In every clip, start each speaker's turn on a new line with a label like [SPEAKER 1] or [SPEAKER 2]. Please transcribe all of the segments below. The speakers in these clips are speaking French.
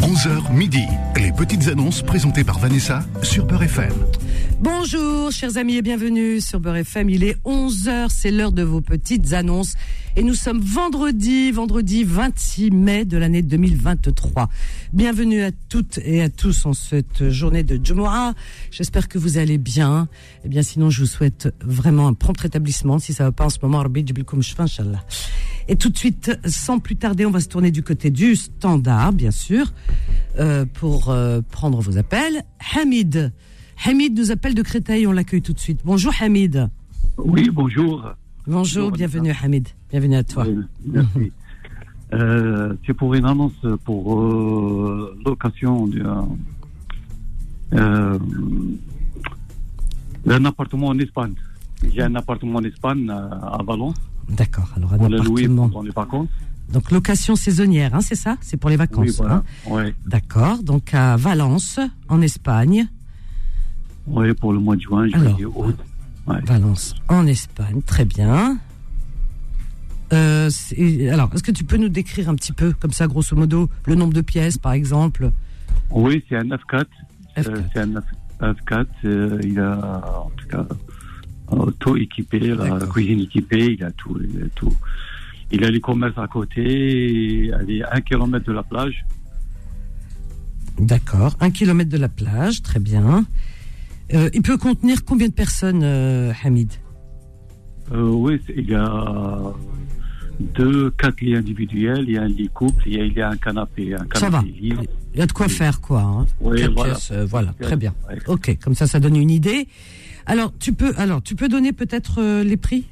[SPEAKER 1] 11h midi. Les petites annonces présentées par Vanessa sur Beurre FM.
[SPEAKER 2] Bonjour, chers amis, et bienvenue sur Beurre FM. Il est 11h, c'est l'heure de vos petites annonces. Et nous sommes vendredi, vendredi 26 mai de l'année 2023. Bienvenue à toutes et à tous en cette journée de Jumu'ah. J'espère que vous allez bien. Eh bien, sinon, je vous souhaite vraiment un prompt rétablissement. Si ça va pas en ce moment, Rabbi Jibilkoum Shfa, Inch'Allah. Et tout de suite, sans plus tarder, on va se tourner du côté du standard, bien sûr, euh, pour euh, prendre vos appels. Hamid. Hamid nous appelle de Créteil, on l'accueille tout de suite. Bonjour Hamid.
[SPEAKER 3] Oui, bonjour.
[SPEAKER 2] Bonjour,
[SPEAKER 3] Bonjour,
[SPEAKER 2] bienvenue Hamid. Bienvenue à toi.
[SPEAKER 3] Oui, merci. Euh, c'est pour une annonce pour euh, location d'un euh, d'un appartement en Espagne. J'ai un appartement en Espagne, euh, à Valence.
[SPEAKER 2] D'accord, alors un
[SPEAKER 3] On l'a loué
[SPEAKER 2] appartement.
[SPEAKER 3] pendant les vacances.
[SPEAKER 2] Donc location saisonnière, hein, c'est ça C'est pour les vacances.
[SPEAKER 3] Oui,
[SPEAKER 2] hein
[SPEAKER 3] voilà. Ouais,
[SPEAKER 2] D'accord, donc à Valence, en Espagne.
[SPEAKER 3] ouais, pour le mois de juin,
[SPEAKER 2] Alors.
[SPEAKER 3] juillet, août. Ouais.
[SPEAKER 2] Valence, en Espagne, très bien. Euh, c'est- alors, est-ce que tu peux nous décrire un petit peu, comme ça, grosso modo, le nombre de pièces, par exemple
[SPEAKER 3] Oui, c'est un F4.
[SPEAKER 2] F4.
[SPEAKER 3] Euh, c'est un F- F4. euh, il a, en tout cas, euh, tout équipé, la
[SPEAKER 2] D'accord.
[SPEAKER 3] cuisine équipée, il a tout. Il a, tout. Il a les commerces à côté, elle est à un kilomètre de la plage.
[SPEAKER 2] D'accord, un kilomètre de la plage, très bien. Euh, il peut contenir combien de personnes, euh, Hamid
[SPEAKER 3] Euh, oui, c'est- il y a deux, quatre lits individuels, il y a un lit couple, il y a, il y a un canapé. Un canapé
[SPEAKER 2] Ça va.
[SPEAKER 3] lit.
[SPEAKER 2] Il y a de quoi faire, quoi. hein.
[SPEAKER 3] Oui,
[SPEAKER 2] Quatre
[SPEAKER 3] voilà.
[SPEAKER 2] pièces, euh, voilà, très bien.
[SPEAKER 3] Ouais.
[SPEAKER 2] Ok, comme ça, ça donne une idée. Alors, tu peux, alors, tu peux donner peut-être euh, les prix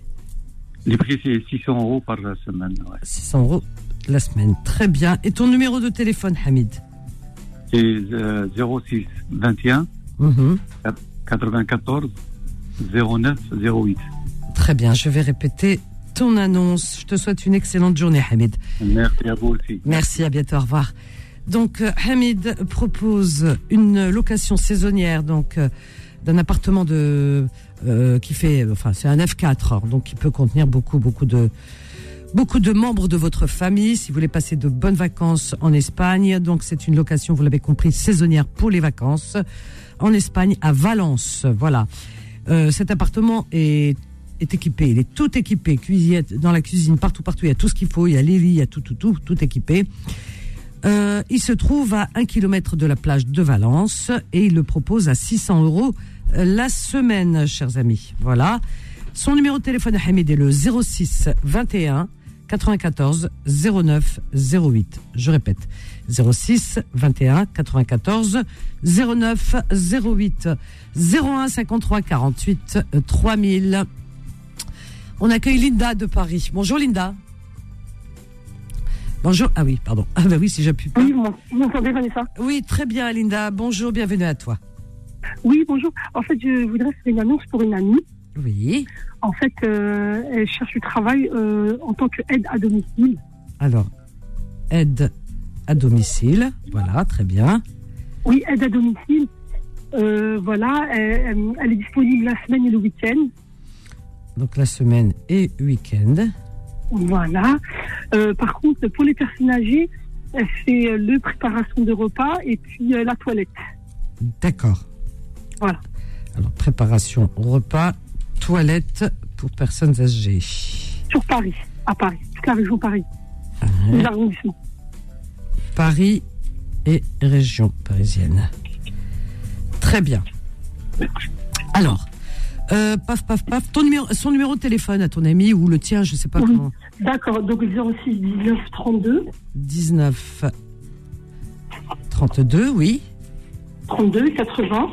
[SPEAKER 3] Les prix, c'est 600 euros par semaine. ouais.
[SPEAKER 2] 600 euros la semaine, très bien. Et ton numéro de téléphone, Hamid
[SPEAKER 3] C'est euh, 06 21
[SPEAKER 2] Mhm.
[SPEAKER 3] 94 09 08.
[SPEAKER 2] Très bien, je vais répéter ton annonce. Je te souhaite une excellente journée, Hamid.
[SPEAKER 3] Merci à vous aussi.
[SPEAKER 2] Merci, à bientôt, au revoir. Donc, euh, Hamid propose une location saisonnière donc euh, d'un appartement de euh, qui fait, enfin, c'est un F4, donc qui peut contenir beaucoup, beaucoup de beaucoup de membres de votre famille. Si vous voulez passer de bonnes vacances en Espagne, donc c'est une location, vous l'avez compris, saisonnière pour les vacances en Espagne à Valence. Voilà. Euh, cet appartement est est équipé, il est tout équipé, cuisine, dans la cuisine, partout, partout, il y a tout ce qu'il faut, il y a les lits, il y a tout, tout, tout, tout équipé. Euh, il se trouve à un kilomètre de la plage de Valence et il le propose à 600 euros euh, la semaine, chers amis. Voilà. Son numéro de téléphone à Hamid est le 06 21 94 09 08. Je répète, 06 21 94 09 08 01 53 48 3000. On accueille Linda de Paris. Bonjour Linda. Bonjour. Ah oui, pardon. Ah bah oui, si j'appuie pas.
[SPEAKER 4] Oui, mon- vous m'entendez, Vanessa
[SPEAKER 2] Oui, très bien, Linda. Bonjour, bienvenue à toi.
[SPEAKER 4] Oui, bonjour. En fait, je voudrais faire une annonce pour une amie.
[SPEAKER 2] Oui.
[SPEAKER 4] En fait, euh, elle cherche du travail euh, en tant qu'aide à domicile.
[SPEAKER 2] Alors, aide à domicile. Voilà, très bien.
[SPEAKER 4] Oui, aide à domicile. Euh, voilà, elle, elle- elle est disponible la semaine et le week-end.
[SPEAKER 2] Donc la semaine et week-end.
[SPEAKER 4] Voilà. Euh, par contre, pour les personnes âgées, elle fait euh, le préparation de repas et puis euh, la toilette.
[SPEAKER 2] D'accord.
[SPEAKER 4] Voilà.
[SPEAKER 2] Alors, préparation, repas, toilette pour personnes âgées.
[SPEAKER 4] Sur Paris, à Paris, toute la région Paris, les arrondissements.
[SPEAKER 2] Paris et région parisienne. Très bien. Alors, euh, paf, paf, paf. Ton numéro, son numéro de téléphone à ton ami ou le tien, je sais pas
[SPEAKER 4] Oui.
[SPEAKER 2] comment.
[SPEAKER 4] D'accord, donc 06 19 32
[SPEAKER 2] 19 32, oui.
[SPEAKER 4] 32 80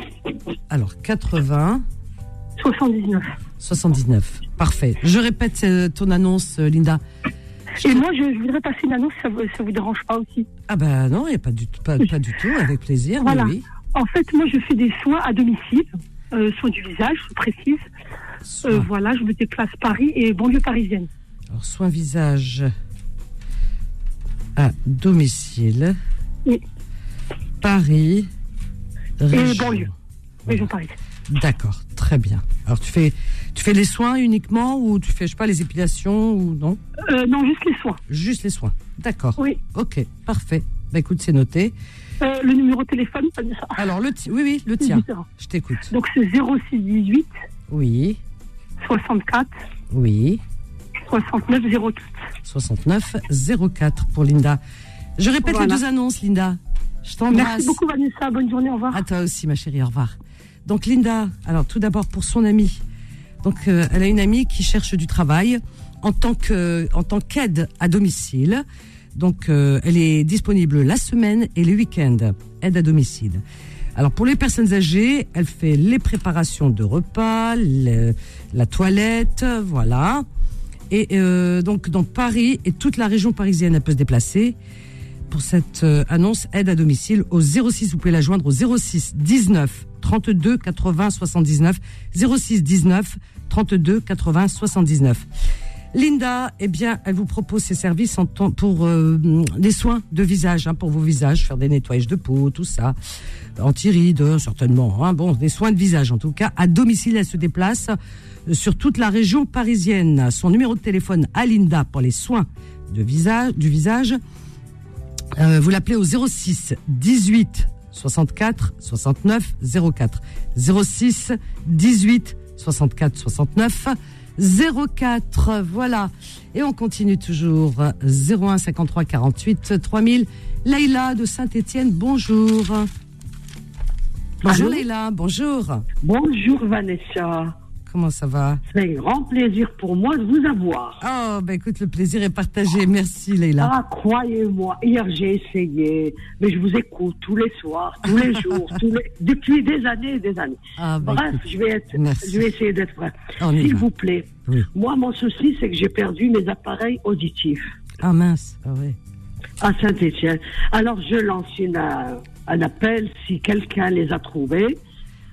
[SPEAKER 2] Alors 80
[SPEAKER 4] 79.
[SPEAKER 2] 79. Parfait. Je répète euh, ton annonce, euh, Linda.
[SPEAKER 4] Et moi, je, je voudrais passer une annonce, ça vous, ça vous dérange pas aussi.
[SPEAKER 2] Ah ben non, il n'y a pas du, tout- pas, pas du tout, avec plaisir. mais
[SPEAKER 4] Voilà.
[SPEAKER 2] Oui.
[SPEAKER 4] En fait, moi, je fais des soins à domicile, euh, soins du visage, je précise.
[SPEAKER 2] Soin,
[SPEAKER 4] Euh, Voilà, je me déplace Paris et banlieue parisienne.
[SPEAKER 2] alors, soin visage à domicile.
[SPEAKER 4] Oui.
[SPEAKER 2] Paris. région.
[SPEAKER 4] banlieue. Région Paris.
[SPEAKER 2] D'accord, très bien. Alors tu fais, tu fais les soins uniquement ou tu fais, je sais pas, les épilations ou non
[SPEAKER 4] Euh, non, juste les soins.
[SPEAKER 2] Juste les soins. D'accord.
[SPEAKER 4] Oui.
[SPEAKER 2] Ok, parfait. Bah écoute, c'est noté.
[SPEAKER 4] Euh, le numéro de téléphone, pas de ça.
[SPEAKER 2] Alors, le ti- oui, oui, le
[SPEAKER 4] c'est
[SPEAKER 2] tien.
[SPEAKER 4] différent.
[SPEAKER 2] Je t'écoute.
[SPEAKER 4] Donc c'est 0618
[SPEAKER 2] Oui,
[SPEAKER 4] 64
[SPEAKER 2] oui.
[SPEAKER 4] 69 04.
[SPEAKER 2] 69 04 pour Linda. Je répète
[SPEAKER 4] Voilà.
[SPEAKER 2] les deux annonces, Linda. Je
[SPEAKER 4] Merci
[SPEAKER 2] t'embrasse.
[SPEAKER 4] beaucoup Vanessa, bonne journée, au revoir.
[SPEAKER 2] À toi aussi, ma chérie, au revoir. Donc, Linda, alors tout d'abord pour son amie. Donc, euh, elle a une amie qui cherche du travail en tant que en tant qu'aide à domicile. Donc, euh, elle est disponible la semaine et les week-ends, aide à domicile. Alors, pour les personnes âgées, elle fait les préparations de repas, le- la toilette, voilà. Et euh, donc, dans Paris et toute la région parisienne, elle peut se déplacer pour cette euh, annonce aide à domicile au 06 vous pouvez la joindre au 06 19 32 80 79 06 19 32 80 79 Linda, eh bien, elle vous propose ses services en temps- pour euh, les soins de visage, hein, pour vos visages, faire des nettoyages de peau, tout ça, anti-rides, euh, certainement. Hein, bon, des soins de visage, en tout cas, à domicile, elle se déplace euh, sur toute la région parisienne. Son numéro de téléphone à Linda pour les soins de visage, du visage, euh, vous l'appelez au 06 18 64 69 04. 06 18 64 69 04. Voilà. Et on continue toujours. 01 53 48 3000. Leïla de Saint-Étienne, bonjour. Bonjour
[SPEAKER 5] Allô
[SPEAKER 2] Leïla, bonjour.
[SPEAKER 5] Bonjour Vanessa.
[SPEAKER 2] Comment ça va
[SPEAKER 5] C'est un grand plaisir pour moi de vous avoir.
[SPEAKER 2] Oh, bah écoute, le plaisir est partagé. Merci Leïla.
[SPEAKER 5] Ah, croyez-moi, hier j'ai essayé, mais je vous écoute tous les soirs, tous les jours, tous les- depuis des années et des années.
[SPEAKER 2] Ah, bah,
[SPEAKER 5] Bref,
[SPEAKER 2] écoute,
[SPEAKER 5] je vais, être,
[SPEAKER 2] merci.
[SPEAKER 5] je vais essayer d'être bref.
[SPEAKER 2] on y
[SPEAKER 5] S'il
[SPEAKER 2] va.
[SPEAKER 5] vous plaît,
[SPEAKER 2] Oui.
[SPEAKER 5] moi mon souci c'est que j'ai perdu mes appareils auditifs
[SPEAKER 2] Ah mince, ah ouais.
[SPEAKER 5] à Saint-Étienne. Alors je lance une, euh, un appel si quelqu'un les a trouvés.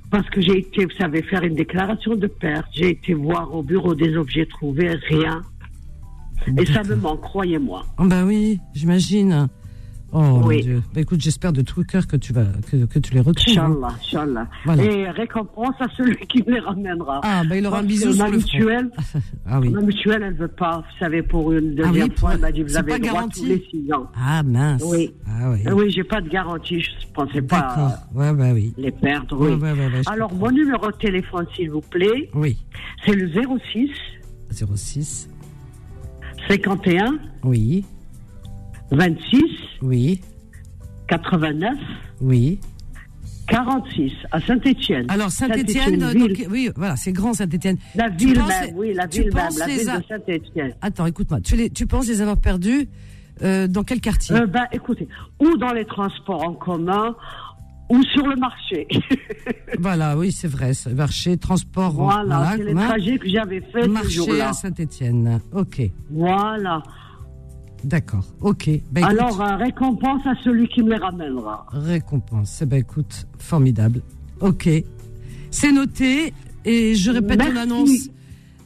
[SPEAKER 5] Parce que j'ai été, vous savez, faire une déclaration de perte. J'ai été voir au bureau des objets trouvés, rien. Et ça me manque, croyez-moi.
[SPEAKER 2] Ah bah oui, j'imagine. Oh
[SPEAKER 5] Oui.
[SPEAKER 2] mon Dieu. Bah écoute, j'espère de tout cœur que tu vas que, que tu les retrouves. hein.
[SPEAKER 5] Inch'Allah, Inch'Allah.
[SPEAKER 2] Voilà.
[SPEAKER 5] Et récompense à celui qui me les ramènera.
[SPEAKER 2] Ah bah il aura un
[SPEAKER 5] Parce
[SPEAKER 2] bisou
[SPEAKER 5] que
[SPEAKER 2] sur
[SPEAKER 5] ma
[SPEAKER 2] le front.
[SPEAKER 5] mutuelle,
[SPEAKER 2] Ah oui.
[SPEAKER 5] ma mutuelle, elle veut pas, vous savez, pour une deuxième
[SPEAKER 2] Ah oui, pour-
[SPEAKER 5] fois, elle m'a dit, vous
[SPEAKER 2] c'est
[SPEAKER 5] avez
[SPEAKER 2] pas
[SPEAKER 5] le droit
[SPEAKER 2] garanti.
[SPEAKER 5] tous les six ans.
[SPEAKER 2] Ah mince.
[SPEAKER 5] Oui.
[SPEAKER 2] Ah oui.
[SPEAKER 5] Ah oui, j'ai pas de garantie, je pensais
[SPEAKER 2] D'accord.
[SPEAKER 5] pas
[SPEAKER 2] Ouais bah oui.
[SPEAKER 5] les perdre, oui.
[SPEAKER 2] Ouais, ouais, ouais, ouais, je
[SPEAKER 5] Alors,
[SPEAKER 2] comprends.
[SPEAKER 5] mon numéro de téléphone, s'il vous plaît,
[SPEAKER 2] Oui.
[SPEAKER 5] c'est le 06
[SPEAKER 2] 06.
[SPEAKER 5] 51
[SPEAKER 2] Oui.
[SPEAKER 5] 26
[SPEAKER 2] Oui.
[SPEAKER 5] 89
[SPEAKER 2] Oui.
[SPEAKER 5] 46 à Saint-Étienne.
[SPEAKER 2] Alors Saint-Étienne donc oui, voilà, c'est grand Saint-Étienne.
[SPEAKER 5] la
[SPEAKER 2] tu
[SPEAKER 5] ville
[SPEAKER 2] penses-
[SPEAKER 5] même, oui, la
[SPEAKER 2] tu
[SPEAKER 5] ville même,
[SPEAKER 2] penses
[SPEAKER 5] la
[SPEAKER 2] les
[SPEAKER 5] ville
[SPEAKER 2] a-
[SPEAKER 5] de Saint-Étienne.
[SPEAKER 2] Attends, écoute-moi. Tu les tu penses les avoir perdus euh, dans quel quartier
[SPEAKER 5] Euh, ben, écoutez, ou dans les transports en commun, ou sur le marché.
[SPEAKER 2] Voilà, oui, c'est vrai, c'est marché, transport,
[SPEAKER 5] voilà,
[SPEAKER 2] voilà,
[SPEAKER 5] c'est les
[SPEAKER 2] commun,
[SPEAKER 5] trajets que j'avais fait ce
[SPEAKER 2] marché
[SPEAKER 5] jour-là.
[SPEAKER 2] à Saint-Étienne. OK.
[SPEAKER 5] Voilà.
[SPEAKER 2] D'accord. Ok. Ben, écoute,
[SPEAKER 5] Alors, euh, récompense à celui qui me les ramènera.
[SPEAKER 2] récompense. Eh Ben, écoute, formidable. Ok. C'est noté et je répète
[SPEAKER 5] Merci.
[SPEAKER 2] ton annonce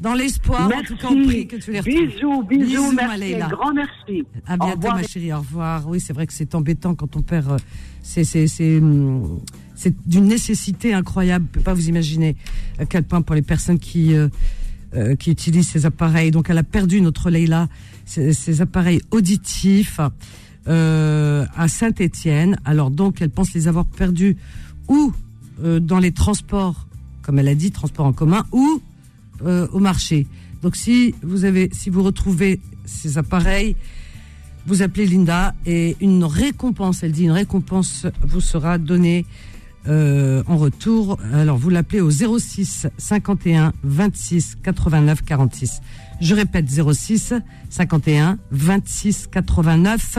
[SPEAKER 2] dans l'espoir, en
[SPEAKER 5] merci.
[SPEAKER 2] tout cas, on prie que tu les retrouves.
[SPEAKER 5] bisous, bisous,
[SPEAKER 2] Bisous, ma
[SPEAKER 5] merci,
[SPEAKER 2] Leïla.
[SPEAKER 5] un grand merci.
[SPEAKER 2] À
[SPEAKER 5] Au
[SPEAKER 2] bientôt,
[SPEAKER 5] revoir,
[SPEAKER 2] ma chérie. Au revoir. Oui, c'est vrai que c'est embêtant quand on perd. euh, C'est c'est c'est hum, c'est d'une nécessité incroyable. Je peux pas vous imaginer à quel point pour les personnes qui euh, euh, qui utilisent ces appareils. Donc, elle a perdu notre Leïla ces, ces appareils auditifs euh, à Saint-Étienne. Alors donc, elle pense les avoir perdus ou euh, dans les transports, comme elle a dit, transports en commun, ou euh, au marché. Donc, si vous avez, si vous retrouvez ces appareils, vous appelez Linda et une récompense, elle dit une récompense vous sera donnée euh, en retour. Alors vous l'appelez au 06 51 26 89 46. Je répète 06 51 26 89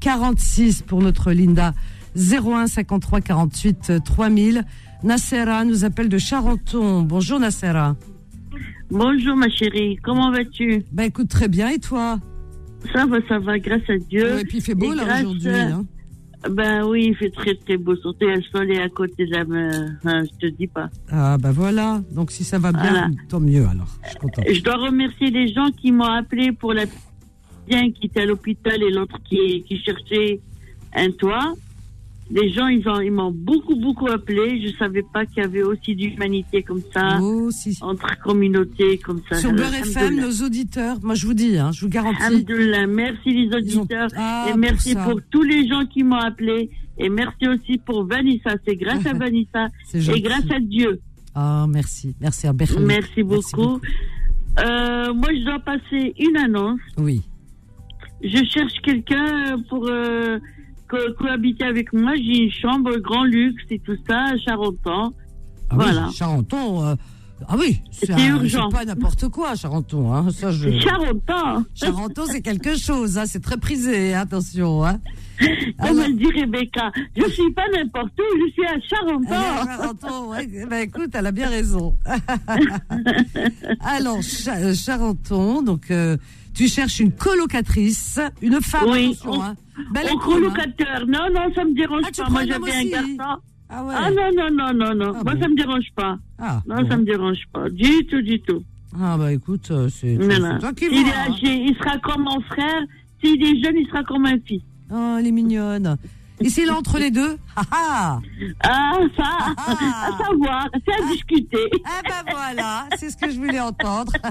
[SPEAKER 2] 46 pour notre Linda 01 53 48 3000. Nacera nous appelle de Charenton. Bonjour Nacera.
[SPEAKER 6] Bonjour ma chérie, comment vas-tu
[SPEAKER 2] Bah écoute très bien et toi
[SPEAKER 6] Ça va, ça va, grâce à Dieu.
[SPEAKER 2] Ouais, Et puis il fait beau
[SPEAKER 6] et
[SPEAKER 2] là
[SPEAKER 6] grâce,
[SPEAKER 2] aujourd'hui.
[SPEAKER 6] euh,
[SPEAKER 2] hein.
[SPEAKER 6] Ben oui, il fait très très beau, surtout il y a le soleil à côté de la mer, hein, je te dis pas.
[SPEAKER 2] Ah bah voilà, donc si ça va bien,
[SPEAKER 6] Voilà.
[SPEAKER 2] tant mieux alors. Je suis contente.
[SPEAKER 6] Je dois remercier les gens qui m'ont appelé pour la bien qui était à l'hôpital et l'autre qui, qui cherchait un toit. les gens, ils, ont- ils m'ont beaucoup, beaucoup appelé. Je savais pas qu'il y avait aussi d'humanité comme ça,
[SPEAKER 2] Oh, si.
[SPEAKER 6] entre communautés comme ça.
[SPEAKER 2] Sur Beurre
[SPEAKER 6] Alhamdoulilah.
[SPEAKER 2] FM, nos auditeurs, moi je vous dis, hein, je vous garantis.
[SPEAKER 6] Alhamdoulilah, merci les
[SPEAKER 2] ils ont-
[SPEAKER 6] auditeurs.
[SPEAKER 2] Ah,
[SPEAKER 6] et merci
[SPEAKER 2] ça.
[SPEAKER 6] pour, tous les gens qui m'ont appelé. Et merci aussi pour Vanessa. C'est grâce à Vanessa
[SPEAKER 2] C'est
[SPEAKER 6] et
[SPEAKER 2] gentil.
[SPEAKER 6] grâce à Dieu.
[SPEAKER 2] Ah, merci. Merci à Berlin.
[SPEAKER 6] Merci beaucoup.
[SPEAKER 2] Merci beaucoup.
[SPEAKER 6] Euh, moi, je dois passer une annonce.
[SPEAKER 2] Oui.
[SPEAKER 6] Je cherche quelqu'un pour euh, co- cohabiter avec moi. J'ai une chambre grand luxe et tout ça à Charenton.
[SPEAKER 2] Ah
[SPEAKER 6] Voilà.
[SPEAKER 2] oui, Charenton. euh, Ah oui,
[SPEAKER 6] C'est
[SPEAKER 2] un-
[SPEAKER 6] urgent.
[SPEAKER 2] C'est pas n'importe quoi, Charenton. Hein. Ça, je...
[SPEAKER 6] Charenton
[SPEAKER 2] Charenton, c'est quelque chose. Hein. C'est très prisé, attention. Hein.
[SPEAKER 6] Comme
[SPEAKER 2] Alors-
[SPEAKER 6] elle dit Rebecca, je suis pas n'importe où, je suis à
[SPEAKER 2] Ah,
[SPEAKER 6] Charenton.
[SPEAKER 2] Charenton, ouais, bah, écoute, elle a bien raison. Alors, Cha- euh, Charenton, donc euh, tu cherches une colocatrice, une femme,
[SPEAKER 6] Oui,
[SPEAKER 2] attention.
[SPEAKER 6] on-
[SPEAKER 2] hein. Belle
[SPEAKER 6] Au
[SPEAKER 2] école, hein.
[SPEAKER 6] colocateur. Non, non, ça me dérange
[SPEAKER 2] Ah, tu
[SPEAKER 6] pas.
[SPEAKER 2] prends
[SPEAKER 6] Moi,
[SPEAKER 2] un homme
[SPEAKER 6] j'avais un
[SPEAKER 2] aussi
[SPEAKER 6] garçon.
[SPEAKER 2] Ah ouais.
[SPEAKER 6] Ah non, non, non, non, non.
[SPEAKER 2] Ah
[SPEAKER 6] Moi,
[SPEAKER 2] bon.
[SPEAKER 6] ça me dérange pas.
[SPEAKER 2] Ah,
[SPEAKER 6] Non,
[SPEAKER 2] bon.
[SPEAKER 6] ça me dérange pas. Du tout, du tout.
[SPEAKER 2] Ah, bah écoute, euh, c'est
[SPEAKER 6] Non,
[SPEAKER 2] c'est
[SPEAKER 6] non.
[SPEAKER 2] toi qui
[SPEAKER 6] Il est
[SPEAKER 2] vois. hein.
[SPEAKER 6] âgé, il sera comme mon frère. S'il est jeune, il sera comme un fils.
[SPEAKER 2] Oh, elle est mignonne. Et s'il est entre les deux Ah ah
[SPEAKER 6] Ah, ça,
[SPEAKER 2] Ah.
[SPEAKER 6] à savoir, c'est à discuter.
[SPEAKER 2] Ah bah voilà, c'est ce que je voulais entendre.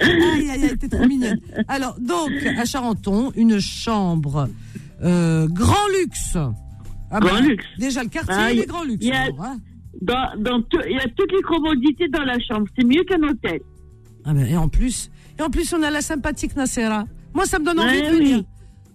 [SPEAKER 2] aïe, aïe, aïe, t'es trop mignonne. Alors, donc, à Charenton, une chambre euh, grand luxe. Ah
[SPEAKER 6] Grand luxe.
[SPEAKER 2] Déjà, le quartier,
[SPEAKER 6] Ah,
[SPEAKER 2] il
[SPEAKER 6] y-
[SPEAKER 2] est grand luxe.
[SPEAKER 6] y a-
[SPEAKER 2] alors, hein.
[SPEAKER 6] Dans, dans tout- il y a toutes les commodités dans la chambre. C'est mieux qu'un hôtel.
[SPEAKER 2] Ah ben, et en plus, et en plus, on a la sympathique Nacera. Moi, ça me donne envie
[SPEAKER 6] Ouais,
[SPEAKER 2] de venir.
[SPEAKER 6] Eh oui.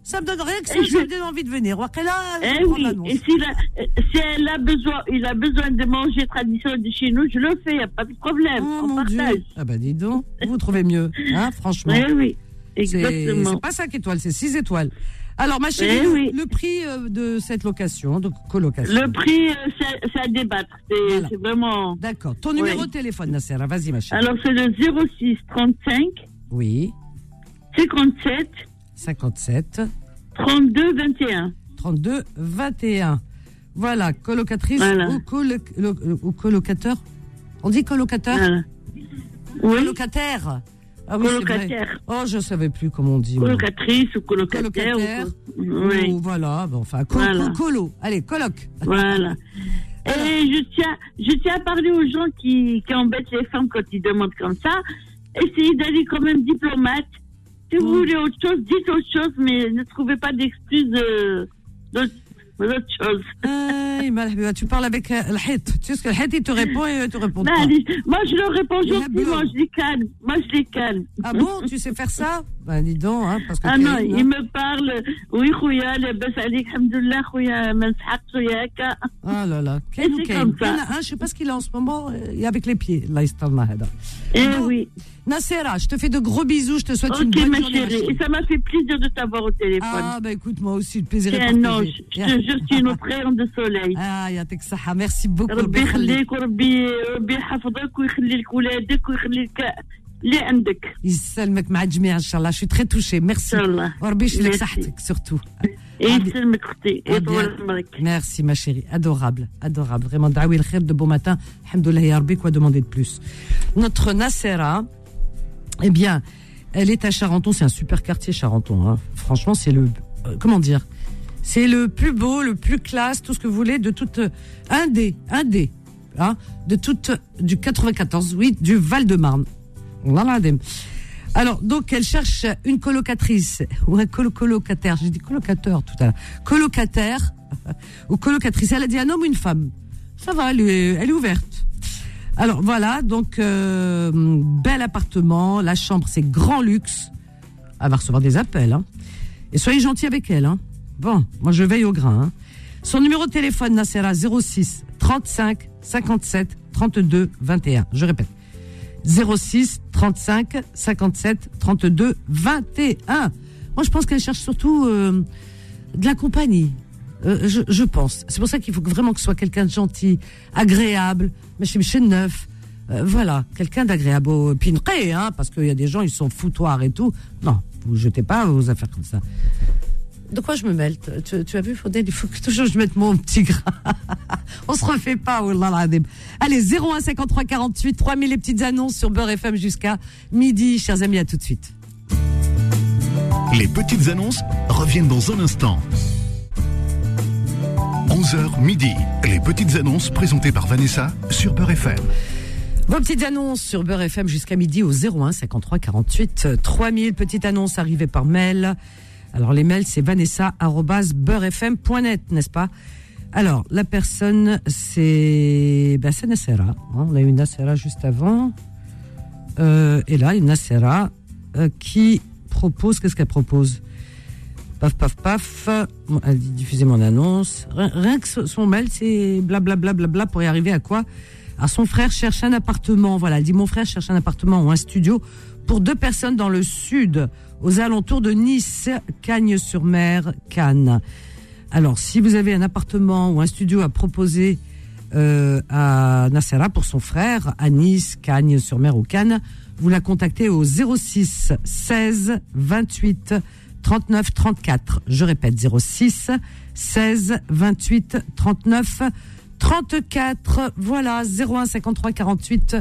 [SPEAKER 2] Ça me donne rien que ça,
[SPEAKER 6] Et
[SPEAKER 2] ça me
[SPEAKER 6] je-
[SPEAKER 2] donne envie de venir. Wakela, je
[SPEAKER 6] Eh
[SPEAKER 2] prends
[SPEAKER 6] oui.
[SPEAKER 2] l'annonce.
[SPEAKER 6] Et s'il a, euh, si elle a besoin, il a besoin de manger tradition de chez nous, je le fais. Il n'y a pas de problème.
[SPEAKER 2] Oh,
[SPEAKER 6] On
[SPEAKER 2] mon Dieu.
[SPEAKER 6] partage.
[SPEAKER 2] Ah ben, dis donc, vous trouvez mieux, hein, franchement.
[SPEAKER 6] Eh oui.
[SPEAKER 2] C'est
[SPEAKER 6] Exactement.
[SPEAKER 2] c'est pas 5 étoiles, c'est 6 étoiles. Alors, ma chérie,
[SPEAKER 6] Eh
[SPEAKER 2] le-
[SPEAKER 6] oui.
[SPEAKER 2] le prix euh, de cette location, donc colocation.
[SPEAKER 6] Le prix, euh, c'est c'est à débattre. C'est
[SPEAKER 2] Voilà.
[SPEAKER 6] c'est vraiment.
[SPEAKER 2] D'accord. Ton numéro
[SPEAKER 6] Oui.
[SPEAKER 2] de téléphone, Nassera, vas-y, ma chérie.
[SPEAKER 6] Alors, c'est le 06 35
[SPEAKER 2] Oui,
[SPEAKER 6] 57
[SPEAKER 2] 57
[SPEAKER 6] 32 21.
[SPEAKER 2] 32 21. Voilà, colocatrice
[SPEAKER 6] Voilà.
[SPEAKER 2] Ou, colo- lo- ou colocateur. On dit colocateur
[SPEAKER 6] Voilà. Oui,
[SPEAKER 2] Colocataire. Ah oui, c'est vrai.
[SPEAKER 6] colocataire.
[SPEAKER 2] Oh, je savais plus comment on dit. moi.
[SPEAKER 6] Colocatrice ou colocataire.
[SPEAKER 2] Colocataire.
[SPEAKER 6] ou co- Oui,
[SPEAKER 2] Ou voilà, bon, enfin, co-
[SPEAKER 6] Voilà.
[SPEAKER 2] co- colo. Allez, coloc.
[SPEAKER 6] voilà. Et je tiens, je tiens à parler aux gens qui, qui embêtent les femmes quand ils demandent comme ça. Essayez d'aller quand même diplomate. Si vous
[SPEAKER 2] Mm.
[SPEAKER 6] voulez autre chose, dites autre chose, mais ne trouvez pas d'excuses euh, d'autre d'autre chose.
[SPEAKER 2] Aïe, malhaba, tu parles avec euh, le hit. Tu sais ce que le hit, il te répond et il te répond
[SPEAKER 6] Non,
[SPEAKER 2] pas.
[SPEAKER 6] Bah, allez, moi, Ah, je leur réponds
[SPEAKER 2] Il a
[SPEAKER 6] gentiment,
[SPEAKER 2] blanc.
[SPEAKER 6] je les calme. Moi, je les calme.
[SPEAKER 2] Ah bon, tu sais faire ça Ben dis donc, hein, parce que
[SPEAKER 6] Ah
[SPEAKER 2] t'es
[SPEAKER 6] non,
[SPEAKER 2] une,
[SPEAKER 6] il
[SPEAKER 2] hein.
[SPEAKER 6] me parle. Oui, خويا لاباس عليك الحمد لله خويا ما نسحقش وياك.
[SPEAKER 2] Ah là là, quel ou
[SPEAKER 6] c'est
[SPEAKER 2] quel
[SPEAKER 6] comme
[SPEAKER 2] Il y en
[SPEAKER 6] ça.
[SPEAKER 2] a un, hein, je sais pas ce qu'il a en ce moment, euh, il est avec les pieds, là, il se tourne, Mahada.
[SPEAKER 6] Eh
[SPEAKER 2] Bon,
[SPEAKER 6] oui.
[SPEAKER 2] Nassera, je te fais de gros bisous, je te souhaite une
[SPEAKER 6] Ok,
[SPEAKER 2] bonne
[SPEAKER 6] ma
[SPEAKER 2] journée. ma
[SPEAKER 6] chérie. Et
[SPEAKER 2] chérie.
[SPEAKER 6] ça m'a fait plaisir de t'avoir au téléphone.
[SPEAKER 2] Ah bah écoute, moi aussi, le plaisir
[SPEAKER 6] C'est
[SPEAKER 2] est
[SPEAKER 6] un ange.
[SPEAKER 2] partagé.
[SPEAKER 6] Je te jure, tu es une autre de soleil.
[SPEAKER 2] Ah, yatik saha, merci beaucoup.
[SPEAKER 6] ربي
[SPEAKER 2] ربي يخليك.
[SPEAKER 6] يخليك وربي ربي يحفظك ويخلي لك ولادك ويخلي لك اللي عندك
[SPEAKER 2] يسلمك مع الجميع ان شاء الله je suis très touchée merci
[SPEAKER 6] ان شاء الله
[SPEAKER 2] وربي يشفيك
[SPEAKER 6] Merci.
[SPEAKER 2] صحتك surtout
[SPEAKER 6] يسلمك اختي
[SPEAKER 2] Ah,
[SPEAKER 6] يطول
[SPEAKER 2] bien.
[SPEAKER 6] عمرك
[SPEAKER 2] Merci ma chérie, adorable, adorable. Vraiment, daoui le khair de beau matin. Alhamdoulilah, ya Rabbi, quoi demander de plus Notre Nacera, eh bien, elle est à Charenton, c'est un super quartier Charenton. hein. Franchement, c'est le... euh, comment dire C'est le plus beau, le plus classe, tout ce que vous voulez, de toute... euh, Un dé, un dé, hein, de toute... euh, Du 94, oui, du Val-de-Marne. On en a des... Alors, donc, elle cherche une colocatrice ou un colo- colocataire. J'ai dit colocateur tout à l'heure. Colocataire ou colocatrice. Elle a dit un homme ou une femme. Ça va, elle est, elle est ouverte. Alors voilà, donc euh, bel appartement, la chambre c'est grand luxe. Elle va recevoir des appels. Hein. Et soyez gentils avec elle. Hein. Bon, moi je veille au grain. hein. Son numéro de téléphone, Nacera, 06 35 57 32 21. Je répète. 06 35 57 32 21. Moi je pense qu'elle cherche surtout euh, de la compagnie. Euh, je, je pense. C'est pour ça qu'il faut que- vraiment que ce soit quelqu'un de gentil, agréable, chez neuf. Euh, voilà, quelqu'un d'agréable au pinqué, hein, parce qu'il y a des gens, ils sont foutoirs et tout. Non, vous jetez pas vos affaires comme ça. De quoi je me mêle tu, tu as vu, Faudel Il faut que toujours je mette mon petit gras. On se refait pas, oh wallah l'azim. Allez, 01 53 48 3000 les petites annonces sur Beurre FM jusqu'à midi. Chers amis, à tout de suite.
[SPEAKER 1] Les petites annonces reviennent dans un instant. 11h midi. Les petites annonces présentées par Vanessa sur Peur FM.
[SPEAKER 2] Vos petites annonces sur Beurre FM jusqu'à midi au 01 53 48 3000. Petites annonces arrivées par mail. Alors les mails, c'est vanessa.beurrefm.net, n'est-ce pas Alors la personne, c'est ben, c'est Nassera. hein. On a eu Nassera juste avant. Euh, et là, il y a Nassera euh, qui propose, qu'est-ce qu'elle propose Paf, paf, paf. Bon, Elle dit diffuser mon annonce. Rien, rien que so- son mail, c'est blablabla bla, bla, pour y arriver à quoi À son frère cherche un appartement. Voilà, elle dit mon frère cherche un appartement ou un studio pour deux personnes dans le sud, aux alentours de Nice, Cagnes-sur-Mer, Cannes. Alors, si vous avez un appartement ou un studio à proposer euh, à Nassera pour son frère, à Nice, Cagnes, sur mer ou Cannes, vous la contactez au 06 16 28 39 34. Je répète, 06 16 28 39 34. Voilà, 01 53 48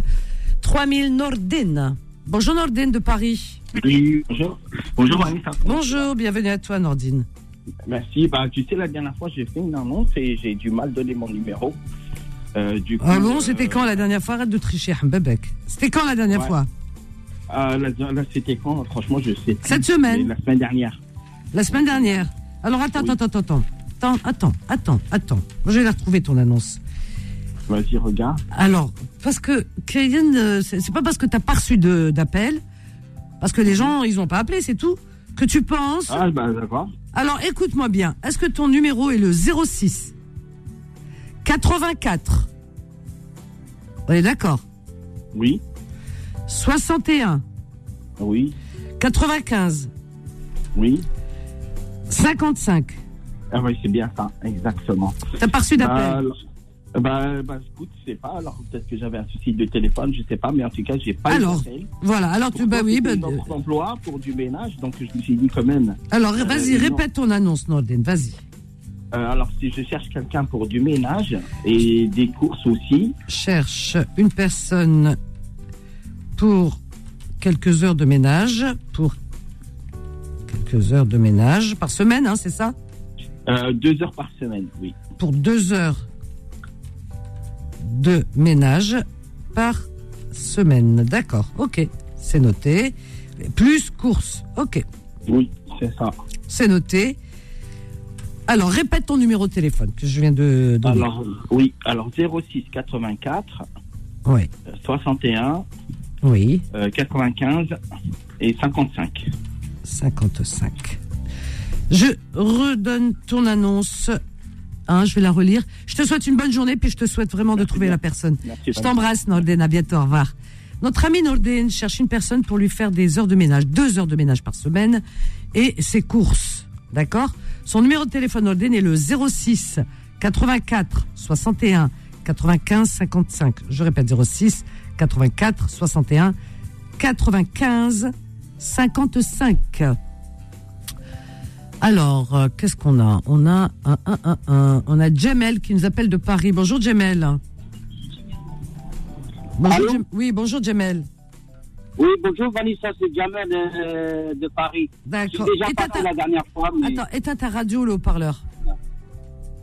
[SPEAKER 2] 3000 Nordine. Bonjour Nordine de Paris.
[SPEAKER 7] Oui, bonjour. Bonjour, Vanessa.
[SPEAKER 2] Bonjour, bienvenue à toi Nordine.
[SPEAKER 7] Merci. Bah, tu sais, la dernière fois, j'ai fait une annonce et j'ai du mal donné mon numéro. Euh, du coup,
[SPEAKER 2] Ah bon,
[SPEAKER 7] euh,
[SPEAKER 2] c'était quand la dernière fois Arrête de tricher, Hambebek. C'était quand la dernière
[SPEAKER 7] Ouais.
[SPEAKER 2] fois
[SPEAKER 7] ah, là, là, c'était quand Franchement, je sais. plus.
[SPEAKER 2] Cette semaine.
[SPEAKER 7] Mais La semaine dernière.
[SPEAKER 2] La semaine dernière. Alors attends,
[SPEAKER 7] Oui.
[SPEAKER 2] attends, attends, attends. Attends, attends, attends, attends. Je vais la retrouver ton annonce.
[SPEAKER 7] Vas-y, regarde.
[SPEAKER 2] Alors, parce que Kayen, euh, c'est c'est pas parce que t'as pas reçu de- d'appel, parce que les gens, ils ont pas appelé, c'est tout, que tu penses.
[SPEAKER 7] Ah, bah, d'accord.
[SPEAKER 2] Alors écoute-moi bien. Est-ce que ton numéro est le 06 84 On est d'accord
[SPEAKER 7] Oui, Ah
[SPEAKER 2] 61
[SPEAKER 7] oui,
[SPEAKER 2] 95
[SPEAKER 7] oui.
[SPEAKER 2] 55
[SPEAKER 7] Ah, oui, c'est bien ça, exactement.
[SPEAKER 2] T'as pas reçu
[SPEAKER 7] Bah,
[SPEAKER 2] d'appel
[SPEAKER 7] alors- bah, bah, écoute, je sais pas. Alors, peut-être que j'avais un souci de téléphone, je sais pas, mais en tout cas, j'ai pas eu
[SPEAKER 2] Alors,
[SPEAKER 7] d'appel.
[SPEAKER 2] Voilà, alors tu...
[SPEAKER 7] Pourtant,
[SPEAKER 2] Bah oui,
[SPEAKER 7] c'était
[SPEAKER 2] bah,
[SPEAKER 7] une offre d'emploi pour du ménage, donc je me suis dit quand même.
[SPEAKER 2] alors vas-y,
[SPEAKER 7] Euh, non.
[SPEAKER 2] répète ton annonce, Nordin, vas-y.
[SPEAKER 7] Euh, alors, si je cherche quelqu'un pour du ménage et des courses aussi,
[SPEAKER 2] cherche une personne pour quelques heures de ménage, pour quelques heures de ménage par semaine, hein, c'est ça
[SPEAKER 7] euh, deux heures par semaine, oui.
[SPEAKER 2] Pour deux heures de ménage par semaine. D'accord, ok, c'est noté. Plus course, ok,
[SPEAKER 7] Oui, c'est ça.
[SPEAKER 2] c'est noté. Alors, répète ton numéro de téléphone que je viens de donner.
[SPEAKER 7] Alors, oui, alors 06 84
[SPEAKER 2] Oui,
[SPEAKER 7] euh, 61
[SPEAKER 2] oui,
[SPEAKER 7] euh, 95 et 55.
[SPEAKER 2] 55. Je redonne ton annonce. Hein, je vais la relire. Je te souhaite une bonne journée, puis je te souhaite vraiment de
[SPEAKER 7] Merci
[SPEAKER 2] trouver
[SPEAKER 7] bien.
[SPEAKER 2] la personne.
[SPEAKER 7] Merci.
[SPEAKER 2] Je
[SPEAKER 7] Valérie.
[SPEAKER 2] t'embrasse, Norden. À bientôt. Au revoir. Notre ami Norden cherche une personne pour lui faire des heures de ménage, deux heures de ménage par semaine et ses courses. D'accord Son numéro de téléphone Norden est le 06 84 61 95 55. Je répète 06 84 61 95 55. Alors, euh, qu'est-ce qu'on a On a un, un, un, un. On a Jamel qui nous appelle de Paris. Bonjour Jamel. Bonjour,
[SPEAKER 8] Allô
[SPEAKER 2] Jem- oui, bonjour Jamel.
[SPEAKER 8] Oui, bonjour Vanessa, c'est Jamel euh, de Paris. J'ai
[SPEAKER 2] D'accord.
[SPEAKER 8] déjà parlé
[SPEAKER 2] Éteins Oh, ta,
[SPEAKER 8] la dernière fois, mais Ah.
[SPEAKER 2] attends, éteins ta radio, le haut-parleur.